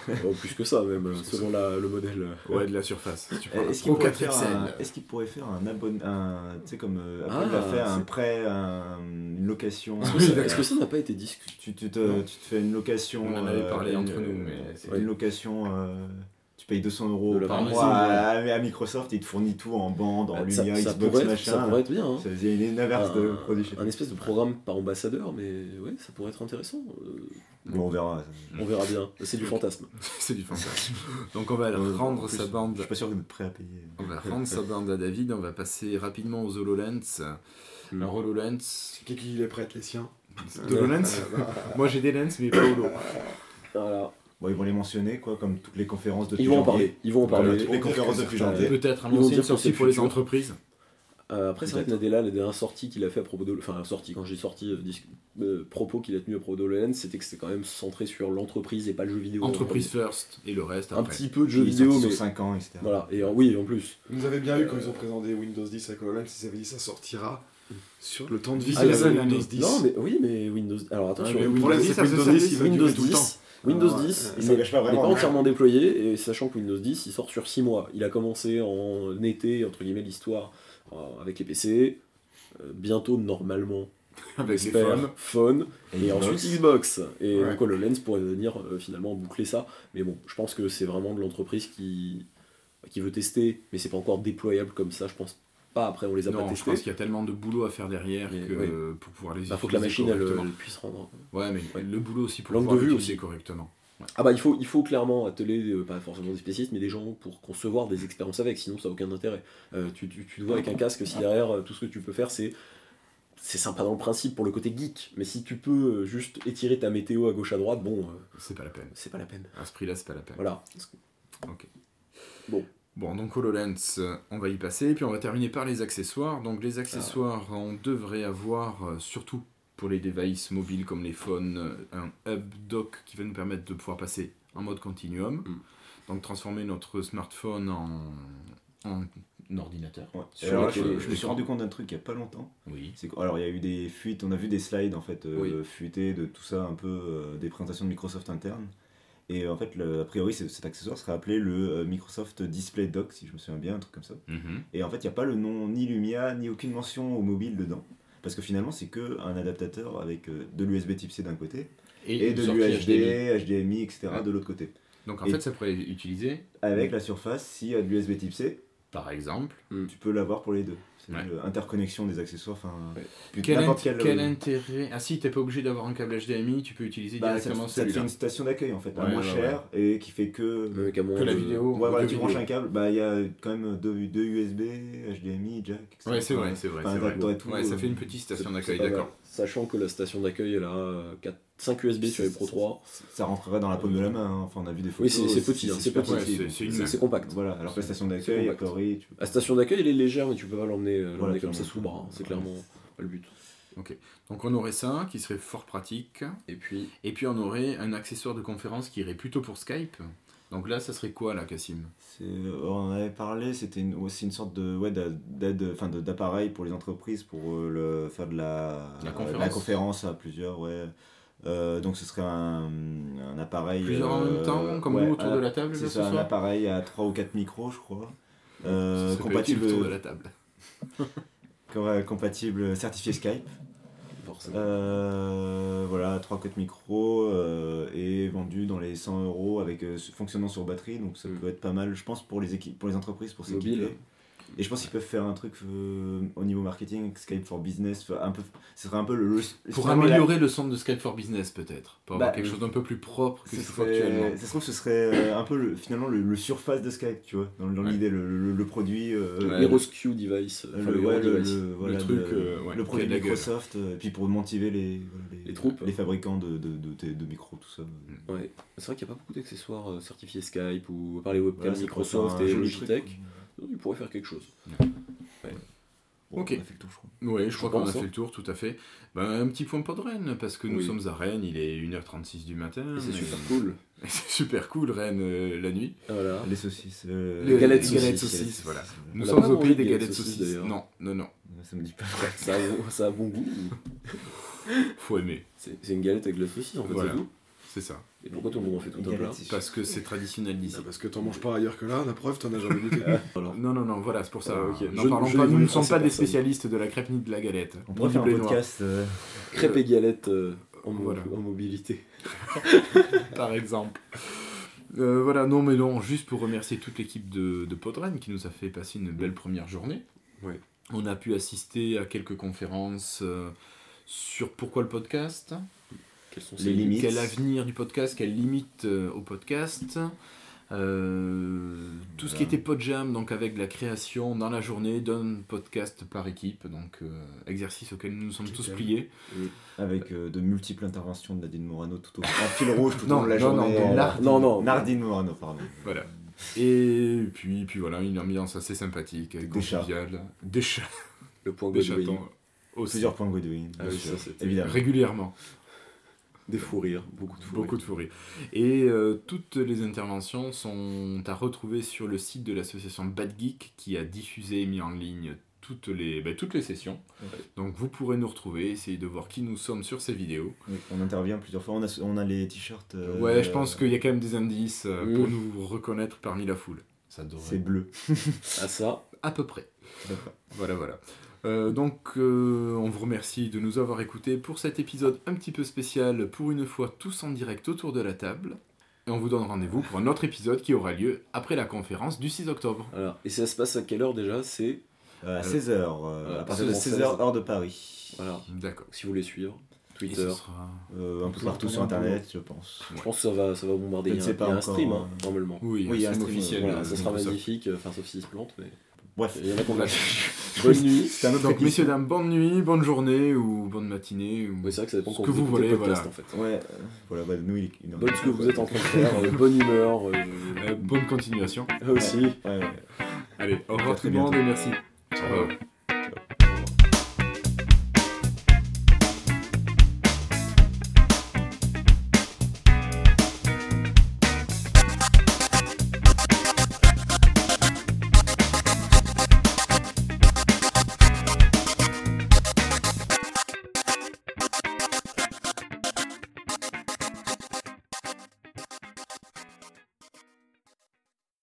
[SPEAKER 3] euh, plus que ça même, euh, selon la- le modèle.
[SPEAKER 1] Ouais, de la surface. Tu prends la
[SPEAKER 2] euh, Est-ce qu'il
[SPEAKER 1] Pro
[SPEAKER 2] pourrait, faire
[SPEAKER 1] 4XL.
[SPEAKER 2] un- est-ce qu'il pourrait faire un abonnement, tu sais comme euh, Apple
[SPEAKER 3] Ah,
[SPEAKER 2] l'a fait, un
[SPEAKER 3] c'est-
[SPEAKER 2] prêt, un- une location.
[SPEAKER 3] Est-ce que
[SPEAKER 1] Oui,
[SPEAKER 3] ça- euh,
[SPEAKER 1] d'accord.
[SPEAKER 3] Est-ce que ça n'a pas été discuté
[SPEAKER 2] Tu, tu te, tu te fais une location.
[SPEAKER 1] On en avait
[SPEAKER 2] euh,
[SPEAKER 1] parlé
[SPEAKER 2] une-
[SPEAKER 1] entre nous, mais c'est-
[SPEAKER 2] Une location. euh, tu payes 200 euros
[SPEAKER 3] De la
[SPEAKER 2] par
[SPEAKER 1] parisienne,
[SPEAKER 2] mois à, à Microsoft, ils te fournissent tout en bande, en
[SPEAKER 3] Bah, ça,
[SPEAKER 2] lumière,
[SPEAKER 3] ça
[SPEAKER 2] Xbox,
[SPEAKER 3] pourrait être,
[SPEAKER 2] machin.
[SPEAKER 3] ça pourrait être bien. Ah, hein.
[SPEAKER 2] Ça faisait une inverse de produits chez
[SPEAKER 3] un espèce de programme par ambassadeur, mais ouais, ça pourrait être intéressant. Euh,
[SPEAKER 2] Bon, on verra. ça.
[SPEAKER 3] on verra bien. C'est du fantasme.
[SPEAKER 1] C'est du fantasme. Donc on va
[SPEAKER 2] Euh, en
[SPEAKER 1] rendre
[SPEAKER 2] plus,
[SPEAKER 1] sa
[SPEAKER 2] Je
[SPEAKER 1] bande.
[SPEAKER 2] suis pas sûr que vous êtes prêt à payer.
[SPEAKER 1] On va rendre sa bande à David. On va passer rapidement aux HoloLens.
[SPEAKER 3] Mm.
[SPEAKER 1] Alors HoloLens.
[SPEAKER 4] Qui qui les prête, les siens
[SPEAKER 1] De HoloLens Moi j'ai des lens, mais pas Holo.
[SPEAKER 3] Voilà.
[SPEAKER 2] Bon, ils vont les mentionner, quoi, comme toutes les conférences depuis
[SPEAKER 3] Ils vont en
[SPEAKER 2] janvier.
[SPEAKER 3] parler. Ils vont en
[SPEAKER 2] Comme
[SPEAKER 3] parler.
[SPEAKER 2] toutes les conférences depuis janvier.
[SPEAKER 1] Peut-être
[SPEAKER 3] Ils vont
[SPEAKER 1] annoncer
[SPEAKER 3] dire
[SPEAKER 1] une
[SPEAKER 3] que c'est
[SPEAKER 1] sortie
[SPEAKER 3] le
[SPEAKER 1] pour les
[SPEAKER 3] futur.
[SPEAKER 1] entreprises.
[SPEAKER 3] Euh, après, c'est vrai que Nadella, la dernière sortie qu'il a fait à propos de. Enfin, la sortie, quand j'ai sorti, euh, dis- euh, propos qu'il a tenu à propos d'HoloLens, c'était que c'était quand même centré sur l'entreprise et pas le jeu vidéo.
[SPEAKER 1] Entreprise first et le reste
[SPEAKER 3] Un
[SPEAKER 1] après.
[SPEAKER 3] petit peu de
[SPEAKER 2] Ils
[SPEAKER 3] jeu vidéo, mais.
[SPEAKER 2] 5 ans, etc.
[SPEAKER 3] Voilà. Et en- oui, en plus.
[SPEAKER 4] Ils nous avaient bien eu quand ils ont présenté Windows 10 avec HoloLens, ils avaient dit ça sortira sur le temps de vie
[SPEAKER 1] Ah,
[SPEAKER 4] de
[SPEAKER 1] la seule
[SPEAKER 4] Windows
[SPEAKER 1] année.
[SPEAKER 4] 10.
[SPEAKER 3] Non, mais oui, mais Windows. Alors attention,
[SPEAKER 4] Ah, mais
[SPEAKER 3] Windows,
[SPEAKER 4] le problème,
[SPEAKER 1] Windows
[SPEAKER 4] c'est que
[SPEAKER 1] 10, ça
[SPEAKER 4] Windows
[SPEAKER 1] se
[SPEAKER 4] 10, il va durer
[SPEAKER 3] Windows
[SPEAKER 4] tout le temps.
[SPEAKER 3] 10, Windows
[SPEAKER 4] Ah ouais,
[SPEAKER 3] 10,
[SPEAKER 4] ouais.
[SPEAKER 2] Ils
[SPEAKER 3] il
[SPEAKER 2] s'engagent pas
[SPEAKER 3] n'est pas
[SPEAKER 2] vraiment.
[SPEAKER 3] entièrement déployé, et sachant que Windows 10, il sort sur 6 mois. Il a commencé en été, entre guillemets, l'histoire euh, avec les PC, euh, bientôt normalement,
[SPEAKER 1] Avec les
[SPEAKER 3] j'espère,
[SPEAKER 1] femmes.
[SPEAKER 3] phone, et,
[SPEAKER 2] Xbox.
[SPEAKER 3] ensuite Xbox. Et
[SPEAKER 4] Ouais.
[SPEAKER 3] donc HoloLens pourrait venir euh, finalement boucler ça. Mais bon, je pense que c'est vraiment de l'entreprise qui, qui veut tester, mais c'est pas encore déployable comme ça, je pense pas. Après, on les a pas
[SPEAKER 1] Non, je
[SPEAKER 3] testés.
[SPEAKER 1] pense qu'il y a tellement de boulot à faire derrière
[SPEAKER 3] Mais
[SPEAKER 1] que pour pouvoir les
[SPEAKER 3] Il
[SPEAKER 1] utiliser.
[SPEAKER 3] faut que la machine elle,
[SPEAKER 1] correctement.
[SPEAKER 3] elle puisse rendre.
[SPEAKER 1] Ouais, mais
[SPEAKER 3] ouais.
[SPEAKER 1] le boulot aussi pour
[SPEAKER 3] Langue
[SPEAKER 1] pouvoir
[SPEAKER 3] de vue
[SPEAKER 1] l'utiliser
[SPEAKER 3] aussi.
[SPEAKER 1] correctement.
[SPEAKER 3] Ah bah il faut, il faut clairement atteler, euh, pas forcément des spécialistes, mais des gens pour concevoir des expériences avec, sinon ça n'a aucun intérêt. Euh, tu, tu, tu te vois avec un casque, si derrière euh, tout ce que tu peux faire c'est... C'est sympa dans le principe pour le côté geek, mais si tu peux euh, juste étirer ta météo à gauche à droite, bon, euh,
[SPEAKER 1] C'est pas la peine.
[SPEAKER 3] c'est pas la peine.
[SPEAKER 1] À ce prix-là, c'est pas la peine.
[SPEAKER 3] Voilà.
[SPEAKER 1] Bon, donc HoloLens, euh, on va y Ah. passer, puis on va terminer par les accessoires. Donc les accessoires, on devrait avoir, euh, surtout pour les devices mobiles comme les phones, euh, un hub dock qui va nous permettre de pouvoir passer en mode continuum.
[SPEAKER 3] Mm.
[SPEAKER 1] Donc transformer notre smartphone en, en ordinateur.
[SPEAKER 2] Ouais.
[SPEAKER 1] Sur
[SPEAKER 2] Et alors
[SPEAKER 1] la
[SPEAKER 2] là, je,
[SPEAKER 1] télé,
[SPEAKER 2] je
[SPEAKER 1] je
[SPEAKER 2] me suis
[SPEAKER 1] sens.
[SPEAKER 2] rendu compte d'un truc il n'y a pas longtemps.
[SPEAKER 1] Oui.
[SPEAKER 2] C'est que- alors il y a eu des fuites, on a vu des slides en fait euh,
[SPEAKER 1] Oui.
[SPEAKER 2] fuitées de tout ça, un peu euh, des présentations de Microsoft interne. Et euh, en fait, le- a priori, c'est- cet accessoire serait appelé le euh, Microsoft Display Dock, si je me souviens bien, un truc comme ça.
[SPEAKER 1] Mhm.
[SPEAKER 2] Et en fait, il n'y a pas le nom ni Lumia, ni aucune mention au mobile dedans. Parce que finalement, c'est que un adaptateur avec euh, de l'USB type C d'un côté et,
[SPEAKER 1] une
[SPEAKER 2] de
[SPEAKER 1] sortie HDMI.
[SPEAKER 2] l'UHD, HDMI, etc.
[SPEAKER 1] Ouais.
[SPEAKER 2] de l'autre côté.
[SPEAKER 1] Donc en
[SPEAKER 2] Et-
[SPEAKER 1] fait, ça pourrait être utilisé,
[SPEAKER 2] Avec la surface, s'il y a de l'USB type C,
[SPEAKER 1] par exemple.
[SPEAKER 2] tu peux l'avoir pour les deux. C'est
[SPEAKER 1] Ouais.
[SPEAKER 2] l'interconnexion des accessoires, enfin.
[SPEAKER 3] Ouais.
[SPEAKER 2] puis
[SPEAKER 1] Quel,
[SPEAKER 2] n'importe
[SPEAKER 1] int-
[SPEAKER 2] quel-
[SPEAKER 1] quel intérêt Ah si, t'es pas obligé d'avoir un câble HDMI, tu peux utiliser
[SPEAKER 2] Bah, ça,
[SPEAKER 1] directement
[SPEAKER 2] te- ça te fait
[SPEAKER 1] celui-là.
[SPEAKER 2] une station d'accueil en fait, la
[SPEAKER 1] Ouais,
[SPEAKER 2] moins
[SPEAKER 1] ouais,
[SPEAKER 2] chère et qui fait que.
[SPEAKER 3] Avec un bon-
[SPEAKER 1] Que la
[SPEAKER 3] euh,
[SPEAKER 1] vidéo.
[SPEAKER 2] ouais, voilà,
[SPEAKER 1] deux
[SPEAKER 2] tu
[SPEAKER 1] vidéos.
[SPEAKER 2] branches un câble, bah il y a quand même deux, deux USB, HDMI, jack, etc.
[SPEAKER 1] Ouais, c'est vrai, c'est vrai.
[SPEAKER 2] Enfin,
[SPEAKER 1] c'est vrai.
[SPEAKER 2] t'aurais tout,
[SPEAKER 1] Ouais, ça
[SPEAKER 2] euh,
[SPEAKER 1] fait une petite
[SPEAKER 3] c'est-
[SPEAKER 1] station
[SPEAKER 3] c'est
[SPEAKER 1] d'accueil,
[SPEAKER 3] pas mal.
[SPEAKER 1] d'accord.
[SPEAKER 3] Sachant que la station d'accueil, elle a euh, quatre- 5 USB sur les Pro 3.
[SPEAKER 2] Ça rentrerait dans la paume de la main, hein. enfin on a vu des photos.
[SPEAKER 3] c'est- c'est petit, hein, c'est
[SPEAKER 2] super
[SPEAKER 3] petit.
[SPEAKER 1] Ouais, c'est- c'est une
[SPEAKER 3] C'est c'est compact.
[SPEAKER 2] Voilà, alors que la station
[SPEAKER 3] c'est
[SPEAKER 2] d'accueil, a
[SPEAKER 3] compact.
[SPEAKER 2] priori, tu
[SPEAKER 3] La station d'accueil, elle est légère, mais tu peux pas l'emmener euh,
[SPEAKER 2] Voilà,
[SPEAKER 3] l'emmener comme ça
[SPEAKER 2] clairement.
[SPEAKER 3] sous le bras. hein. C'est
[SPEAKER 2] Ouais.
[SPEAKER 3] clairement pas le but.
[SPEAKER 1] Donc on aurait ça, qui serait fort pratique.
[SPEAKER 3] Et puis,
[SPEAKER 1] Et puis on aurait un accessoire de conférence qui irait plutôt pour Skype. Donc là, ça serait quoi, là, Cassim
[SPEAKER 2] C'est- On en avait parlé, c'était une- aussi une sorte de ouais, d'a- d'aide, enfin de- d'appareil pour les entreprises pour euh, le, faire de la,
[SPEAKER 1] La conférence.
[SPEAKER 2] conférence à plusieurs. Ouais. Euh, donc ce serait un, un appareil.
[SPEAKER 1] Plusieurs en
[SPEAKER 2] euh,
[SPEAKER 1] même temps, comme
[SPEAKER 2] ouais,
[SPEAKER 1] nous autour
[SPEAKER 2] un-
[SPEAKER 1] de la table, là,
[SPEAKER 2] C'est
[SPEAKER 1] ce
[SPEAKER 2] ça, un
[SPEAKER 1] soir
[SPEAKER 2] appareil à 3 ou 4 micros, je crois. Euh,
[SPEAKER 1] Ce serait pas utile
[SPEAKER 2] compatible, euh,
[SPEAKER 1] autour de la table.
[SPEAKER 2] com- euh, compatible certifié Skype.
[SPEAKER 3] forcément.
[SPEAKER 2] Euh, voilà, 3-4 micros euh, et vendu dans les 100 euros avec euh, su- fonctionnant sur batterie, donc ça
[SPEAKER 3] Mm.
[SPEAKER 2] peut être pas mal, je pense, pour les équipes, pour les entreprises, pour
[SPEAKER 3] Mobile.
[SPEAKER 2] s'équiper. Et je pense qu'ils peuvent faire un truc euh, au niveau marketing, Skype for Business, faire un peu, ce serait un peu le. le-
[SPEAKER 1] Pour
[SPEAKER 2] finalement, la-
[SPEAKER 1] améliorer le centre de Skype for Business, peut-être. Pour avoir
[SPEAKER 2] Bah,
[SPEAKER 1] quelque chose d'un peu plus propre que
[SPEAKER 2] ce
[SPEAKER 1] ce qu'il
[SPEAKER 2] serait-
[SPEAKER 1] faut actuellement.
[SPEAKER 2] ça se trouve, ce serait euh, un peu le- finalement le, le surface de Skype, tu vois, dans, dans
[SPEAKER 1] Ouais.
[SPEAKER 2] l'idée, le, le- le produit. euh,
[SPEAKER 1] Ouais.
[SPEAKER 2] le-
[SPEAKER 3] Heroes Q device.
[SPEAKER 2] le,
[SPEAKER 3] enfin, le
[SPEAKER 2] ouais,
[SPEAKER 3] Hero
[SPEAKER 2] le-
[SPEAKER 3] device.
[SPEAKER 2] le- voilà,
[SPEAKER 1] truc,
[SPEAKER 2] le-
[SPEAKER 1] euh, ouais,
[SPEAKER 2] le
[SPEAKER 1] qui a
[SPEAKER 2] produit
[SPEAKER 1] de la gueule.
[SPEAKER 2] Microsoft, euh, et puis pour motiver les, voilà, les,
[SPEAKER 3] Les troupes.
[SPEAKER 2] les fabricants de, de, de, de- de micros, tout ça.
[SPEAKER 3] Ouais. C'est vrai qu'il n'y a pas beaucoup d'accessoires euh, certifiés Skype ou à part les webcams
[SPEAKER 2] Voilà, c'est pour faire
[SPEAKER 3] Microsoft
[SPEAKER 2] un
[SPEAKER 3] et
[SPEAKER 2] joli
[SPEAKER 3] Logitech.
[SPEAKER 2] truc, quoi.
[SPEAKER 3] Donc, Ils pourraient faire quelque chose.
[SPEAKER 2] Bon,
[SPEAKER 1] Ok.
[SPEAKER 2] on a fait le tour, je crois.
[SPEAKER 1] Ouais, je crois qu'on a
[SPEAKER 3] pense,
[SPEAKER 1] fait
[SPEAKER 3] hein.
[SPEAKER 1] le tour, tout à fait. Ben, un petit point pas de Rennes, parce que nous
[SPEAKER 3] Oui.
[SPEAKER 1] sommes à Rennes, il est 1h36 du matin.
[SPEAKER 3] Et c'est
[SPEAKER 1] mais-
[SPEAKER 3] super cool.
[SPEAKER 1] C'est super cool, Rennes, euh, la nuit.
[SPEAKER 3] Voilà.
[SPEAKER 2] Les saucisses. euh,
[SPEAKER 1] Les
[SPEAKER 3] Ah. galettes
[SPEAKER 2] les
[SPEAKER 3] saucisses,
[SPEAKER 1] saucisses, voilà.
[SPEAKER 2] saucisses,
[SPEAKER 1] Nous
[SPEAKER 3] On a
[SPEAKER 1] sommes
[SPEAKER 3] pas
[SPEAKER 1] au
[SPEAKER 3] mangé
[SPEAKER 1] pays
[SPEAKER 3] de
[SPEAKER 1] des galettes
[SPEAKER 3] galettes saucisses,
[SPEAKER 1] saucisses.
[SPEAKER 3] d'ailleurs.
[SPEAKER 1] Non, non, non.
[SPEAKER 2] ouais. Ça me dit pas.
[SPEAKER 3] ça, a bon, ça a bon goût.
[SPEAKER 1] Faut aimer,
[SPEAKER 3] C'est c'est une galette avec de la saucisse en fait,
[SPEAKER 1] Voilà.
[SPEAKER 3] c'est tout.
[SPEAKER 1] c'est ça.
[SPEAKER 3] Et pourquoi tout le monde en fait tout un plat
[SPEAKER 1] Parce que c'est traditionnel d'ici.
[SPEAKER 4] Ah, Parce que t'en manges pas ailleurs que là, la preuve, t'en as jamais goûté.
[SPEAKER 3] Alors,
[SPEAKER 1] Non, non, non, voilà, c'est pour ça.
[SPEAKER 3] Ah, ok.
[SPEAKER 1] N'en
[SPEAKER 3] Je-
[SPEAKER 1] parlons
[SPEAKER 3] je
[SPEAKER 1] pas,
[SPEAKER 3] ne
[SPEAKER 1] nous ne
[SPEAKER 3] voulais
[SPEAKER 1] sommes
[SPEAKER 3] penser
[SPEAKER 1] pas des
[SPEAKER 3] personne.
[SPEAKER 1] spécialistes de la crêpe ni de la galette.
[SPEAKER 2] On
[SPEAKER 1] Ni
[SPEAKER 2] pourrait
[SPEAKER 1] du
[SPEAKER 2] faire un
[SPEAKER 1] blé noir,
[SPEAKER 2] podcast. euh,
[SPEAKER 3] crêpes et galettes euh, en,
[SPEAKER 1] Voilà.
[SPEAKER 3] en mobilité.
[SPEAKER 1] par exemple. Euh, voilà, non, mais non, juste pour remercier toute l'équipe de, de Podren qui nous a fait passer une belle première journée.
[SPEAKER 3] Ouais.
[SPEAKER 1] On a pu assister à quelques conférences euh, sur pourquoi le podcast,
[SPEAKER 3] Quelles sont
[SPEAKER 2] Les
[SPEAKER 3] ces
[SPEAKER 2] limites.
[SPEAKER 1] quel avenir du podcast, quelle limite euh, au podcast. Euh, tout ce qui
[SPEAKER 2] Voilà.
[SPEAKER 1] était podjam, donc avec la création dans la journée d'un podcast par équipe, donc euh, exercice auquel nous nous sommes tous
[SPEAKER 4] Nickel.
[SPEAKER 1] pliés.
[SPEAKER 2] Avec euh, de multiples interventions de Nadine Morano tout au en fil rouge tout au
[SPEAKER 1] Non,
[SPEAKER 2] long de la
[SPEAKER 1] non,
[SPEAKER 2] journée.
[SPEAKER 1] non,
[SPEAKER 2] euh,
[SPEAKER 1] Nardine.
[SPEAKER 3] Ah, Non, non.
[SPEAKER 2] Nardine Morano, pardon.
[SPEAKER 1] Voilà. Et puis, puis voilà, une ambiance assez sympathique,
[SPEAKER 2] euh, Des chats.
[SPEAKER 1] conviviale, des chats,
[SPEAKER 3] Le point
[SPEAKER 1] des
[SPEAKER 3] Godwin.
[SPEAKER 1] chatons aussi,
[SPEAKER 2] Plusieurs points Godwin.
[SPEAKER 3] Ah
[SPEAKER 2] bien
[SPEAKER 3] oui,
[SPEAKER 2] sûr,
[SPEAKER 3] ça, c'était-
[SPEAKER 2] Évidemment.
[SPEAKER 1] régulièrement.
[SPEAKER 3] Des fous rires. Beaucoup de fous
[SPEAKER 1] Beaucoup de fourrés. Et euh, toutes les interventions sont à retrouver sur le site de l'association Bad Geek qui a diffusé et mis en ligne toutes les, bah, toutes les sessions.
[SPEAKER 2] Ouais.
[SPEAKER 1] Donc vous pourrez nous retrouver, essayer de voir qui nous sommes sur ces vidéos.
[SPEAKER 2] Oui, On intervient plusieurs fois. On a, on a les t-shirts. euh,
[SPEAKER 1] ouais, je pense qu'il y a quand même des indices euh,
[SPEAKER 3] Mm.
[SPEAKER 1] pour nous reconnaître parmi la foule. Ça
[SPEAKER 2] C'est
[SPEAKER 1] devrait
[SPEAKER 2] bleu.
[SPEAKER 3] À Ah, ça,
[SPEAKER 1] à peu près. Voilà, voilà. Euh, donc, euh, on vous remercie de nous avoir écoutés pour cet épisode un petit peu spécial, pour une fois tous en direct autour de la table. Et on vous donne rendez-vous pour un autre épisode qui aura lieu après la conférence du 6 octobre.
[SPEAKER 3] Alors, et ça se passe à quelle heure déjà C'est.
[SPEAKER 2] Euh, à 16h,
[SPEAKER 3] voilà,
[SPEAKER 2] à partir de
[SPEAKER 3] 16,
[SPEAKER 2] 16h, heure de Paris.
[SPEAKER 3] Voilà.
[SPEAKER 1] D'accord.
[SPEAKER 3] Si vous voulez suivre,
[SPEAKER 1] Et
[SPEAKER 3] Twitter.
[SPEAKER 1] ce sera-
[SPEAKER 2] Euh, un peu
[SPEAKER 4] Tout
[SPEAKER 2] partout
[SPEAKER 4] simplement.
[SPEAKER 2] sur internet, je pense.
[SPEAKER 3] Je pense que ça va, ça va bombarder.
[SPEAKER 2] Je
[SPEAKER 3] Il y a,
[SPEAKER 2] ne sais
[SPEAKER 3] un-
[SPEAKER 2] pas
[SPEAKER 3] il y a un
[SPEAKER 2] encore,
[SPEAKER 3] stream,
[SPEAKER 2] euh,
[SPEAKER 3] hein, normalement.
[SPEAKER 1] Oui,
[SPEAKER 2] Oui, il y a un
[SPEAKER 1] un stream
[SPEAKER 2] stream,
[SPEAKER 1] officiel.
[SPEAKER 3] Voilà,
[SPEAKER 1] euh,
[SPEAKER 3] ça sera
[SPEAKER 1] Microsoft.
[SPEAKER 3] magnifique, euh, enfin sauf s'ils se plantent, mais
[SPEAKER 2] Bref,
[SPEAKER 3] il y en a qu'on lâche.
[SPEAKER 2] bonne nuit.
[SPEAKER 1] Donc, messieurs, dames, bonne nuit, bonne journée ou bonne matinée. Ou...
[SPEAKER 3] Mais c'est vrai que ça dépend
[SPEAKER 1] Ce
[SPEAKER 3] quand
[SPEAKER 1] que vous
[SPEAKER 3] écoutez le
[SPEAKER 1] voulez,
[SPEAKER 3] podcast,
[SPEAKER 1] voilà.
[SPEAKER 3] en fait.
[SPEAKER 2] Ouais, euh, voilà, bah, nous, il est une heure
[SPEAKER 3] Bonne
[SPEAKER 2] du
[SPEAKER 3] ce que
[SPEAKER 2] coup,
[SPEAKER 3] vous
[SPEAKER 2] ouais.
[SPEAKER 3] êtes en train de faire, euh, bonne humeur, euh,
[SPEAKER 1] Euh, bonne continuation.
[SPEAKER 3] aussi.
[SPEAKER 2] Ouais, ouais.
[SPEAKER 1] Allez, au revoir
[SPEAKER 2] très
[SPEAKER 1] tout le monde
[SPEAKER 2] bientôt.
[SPEAKER 1] et merci. Au revoir.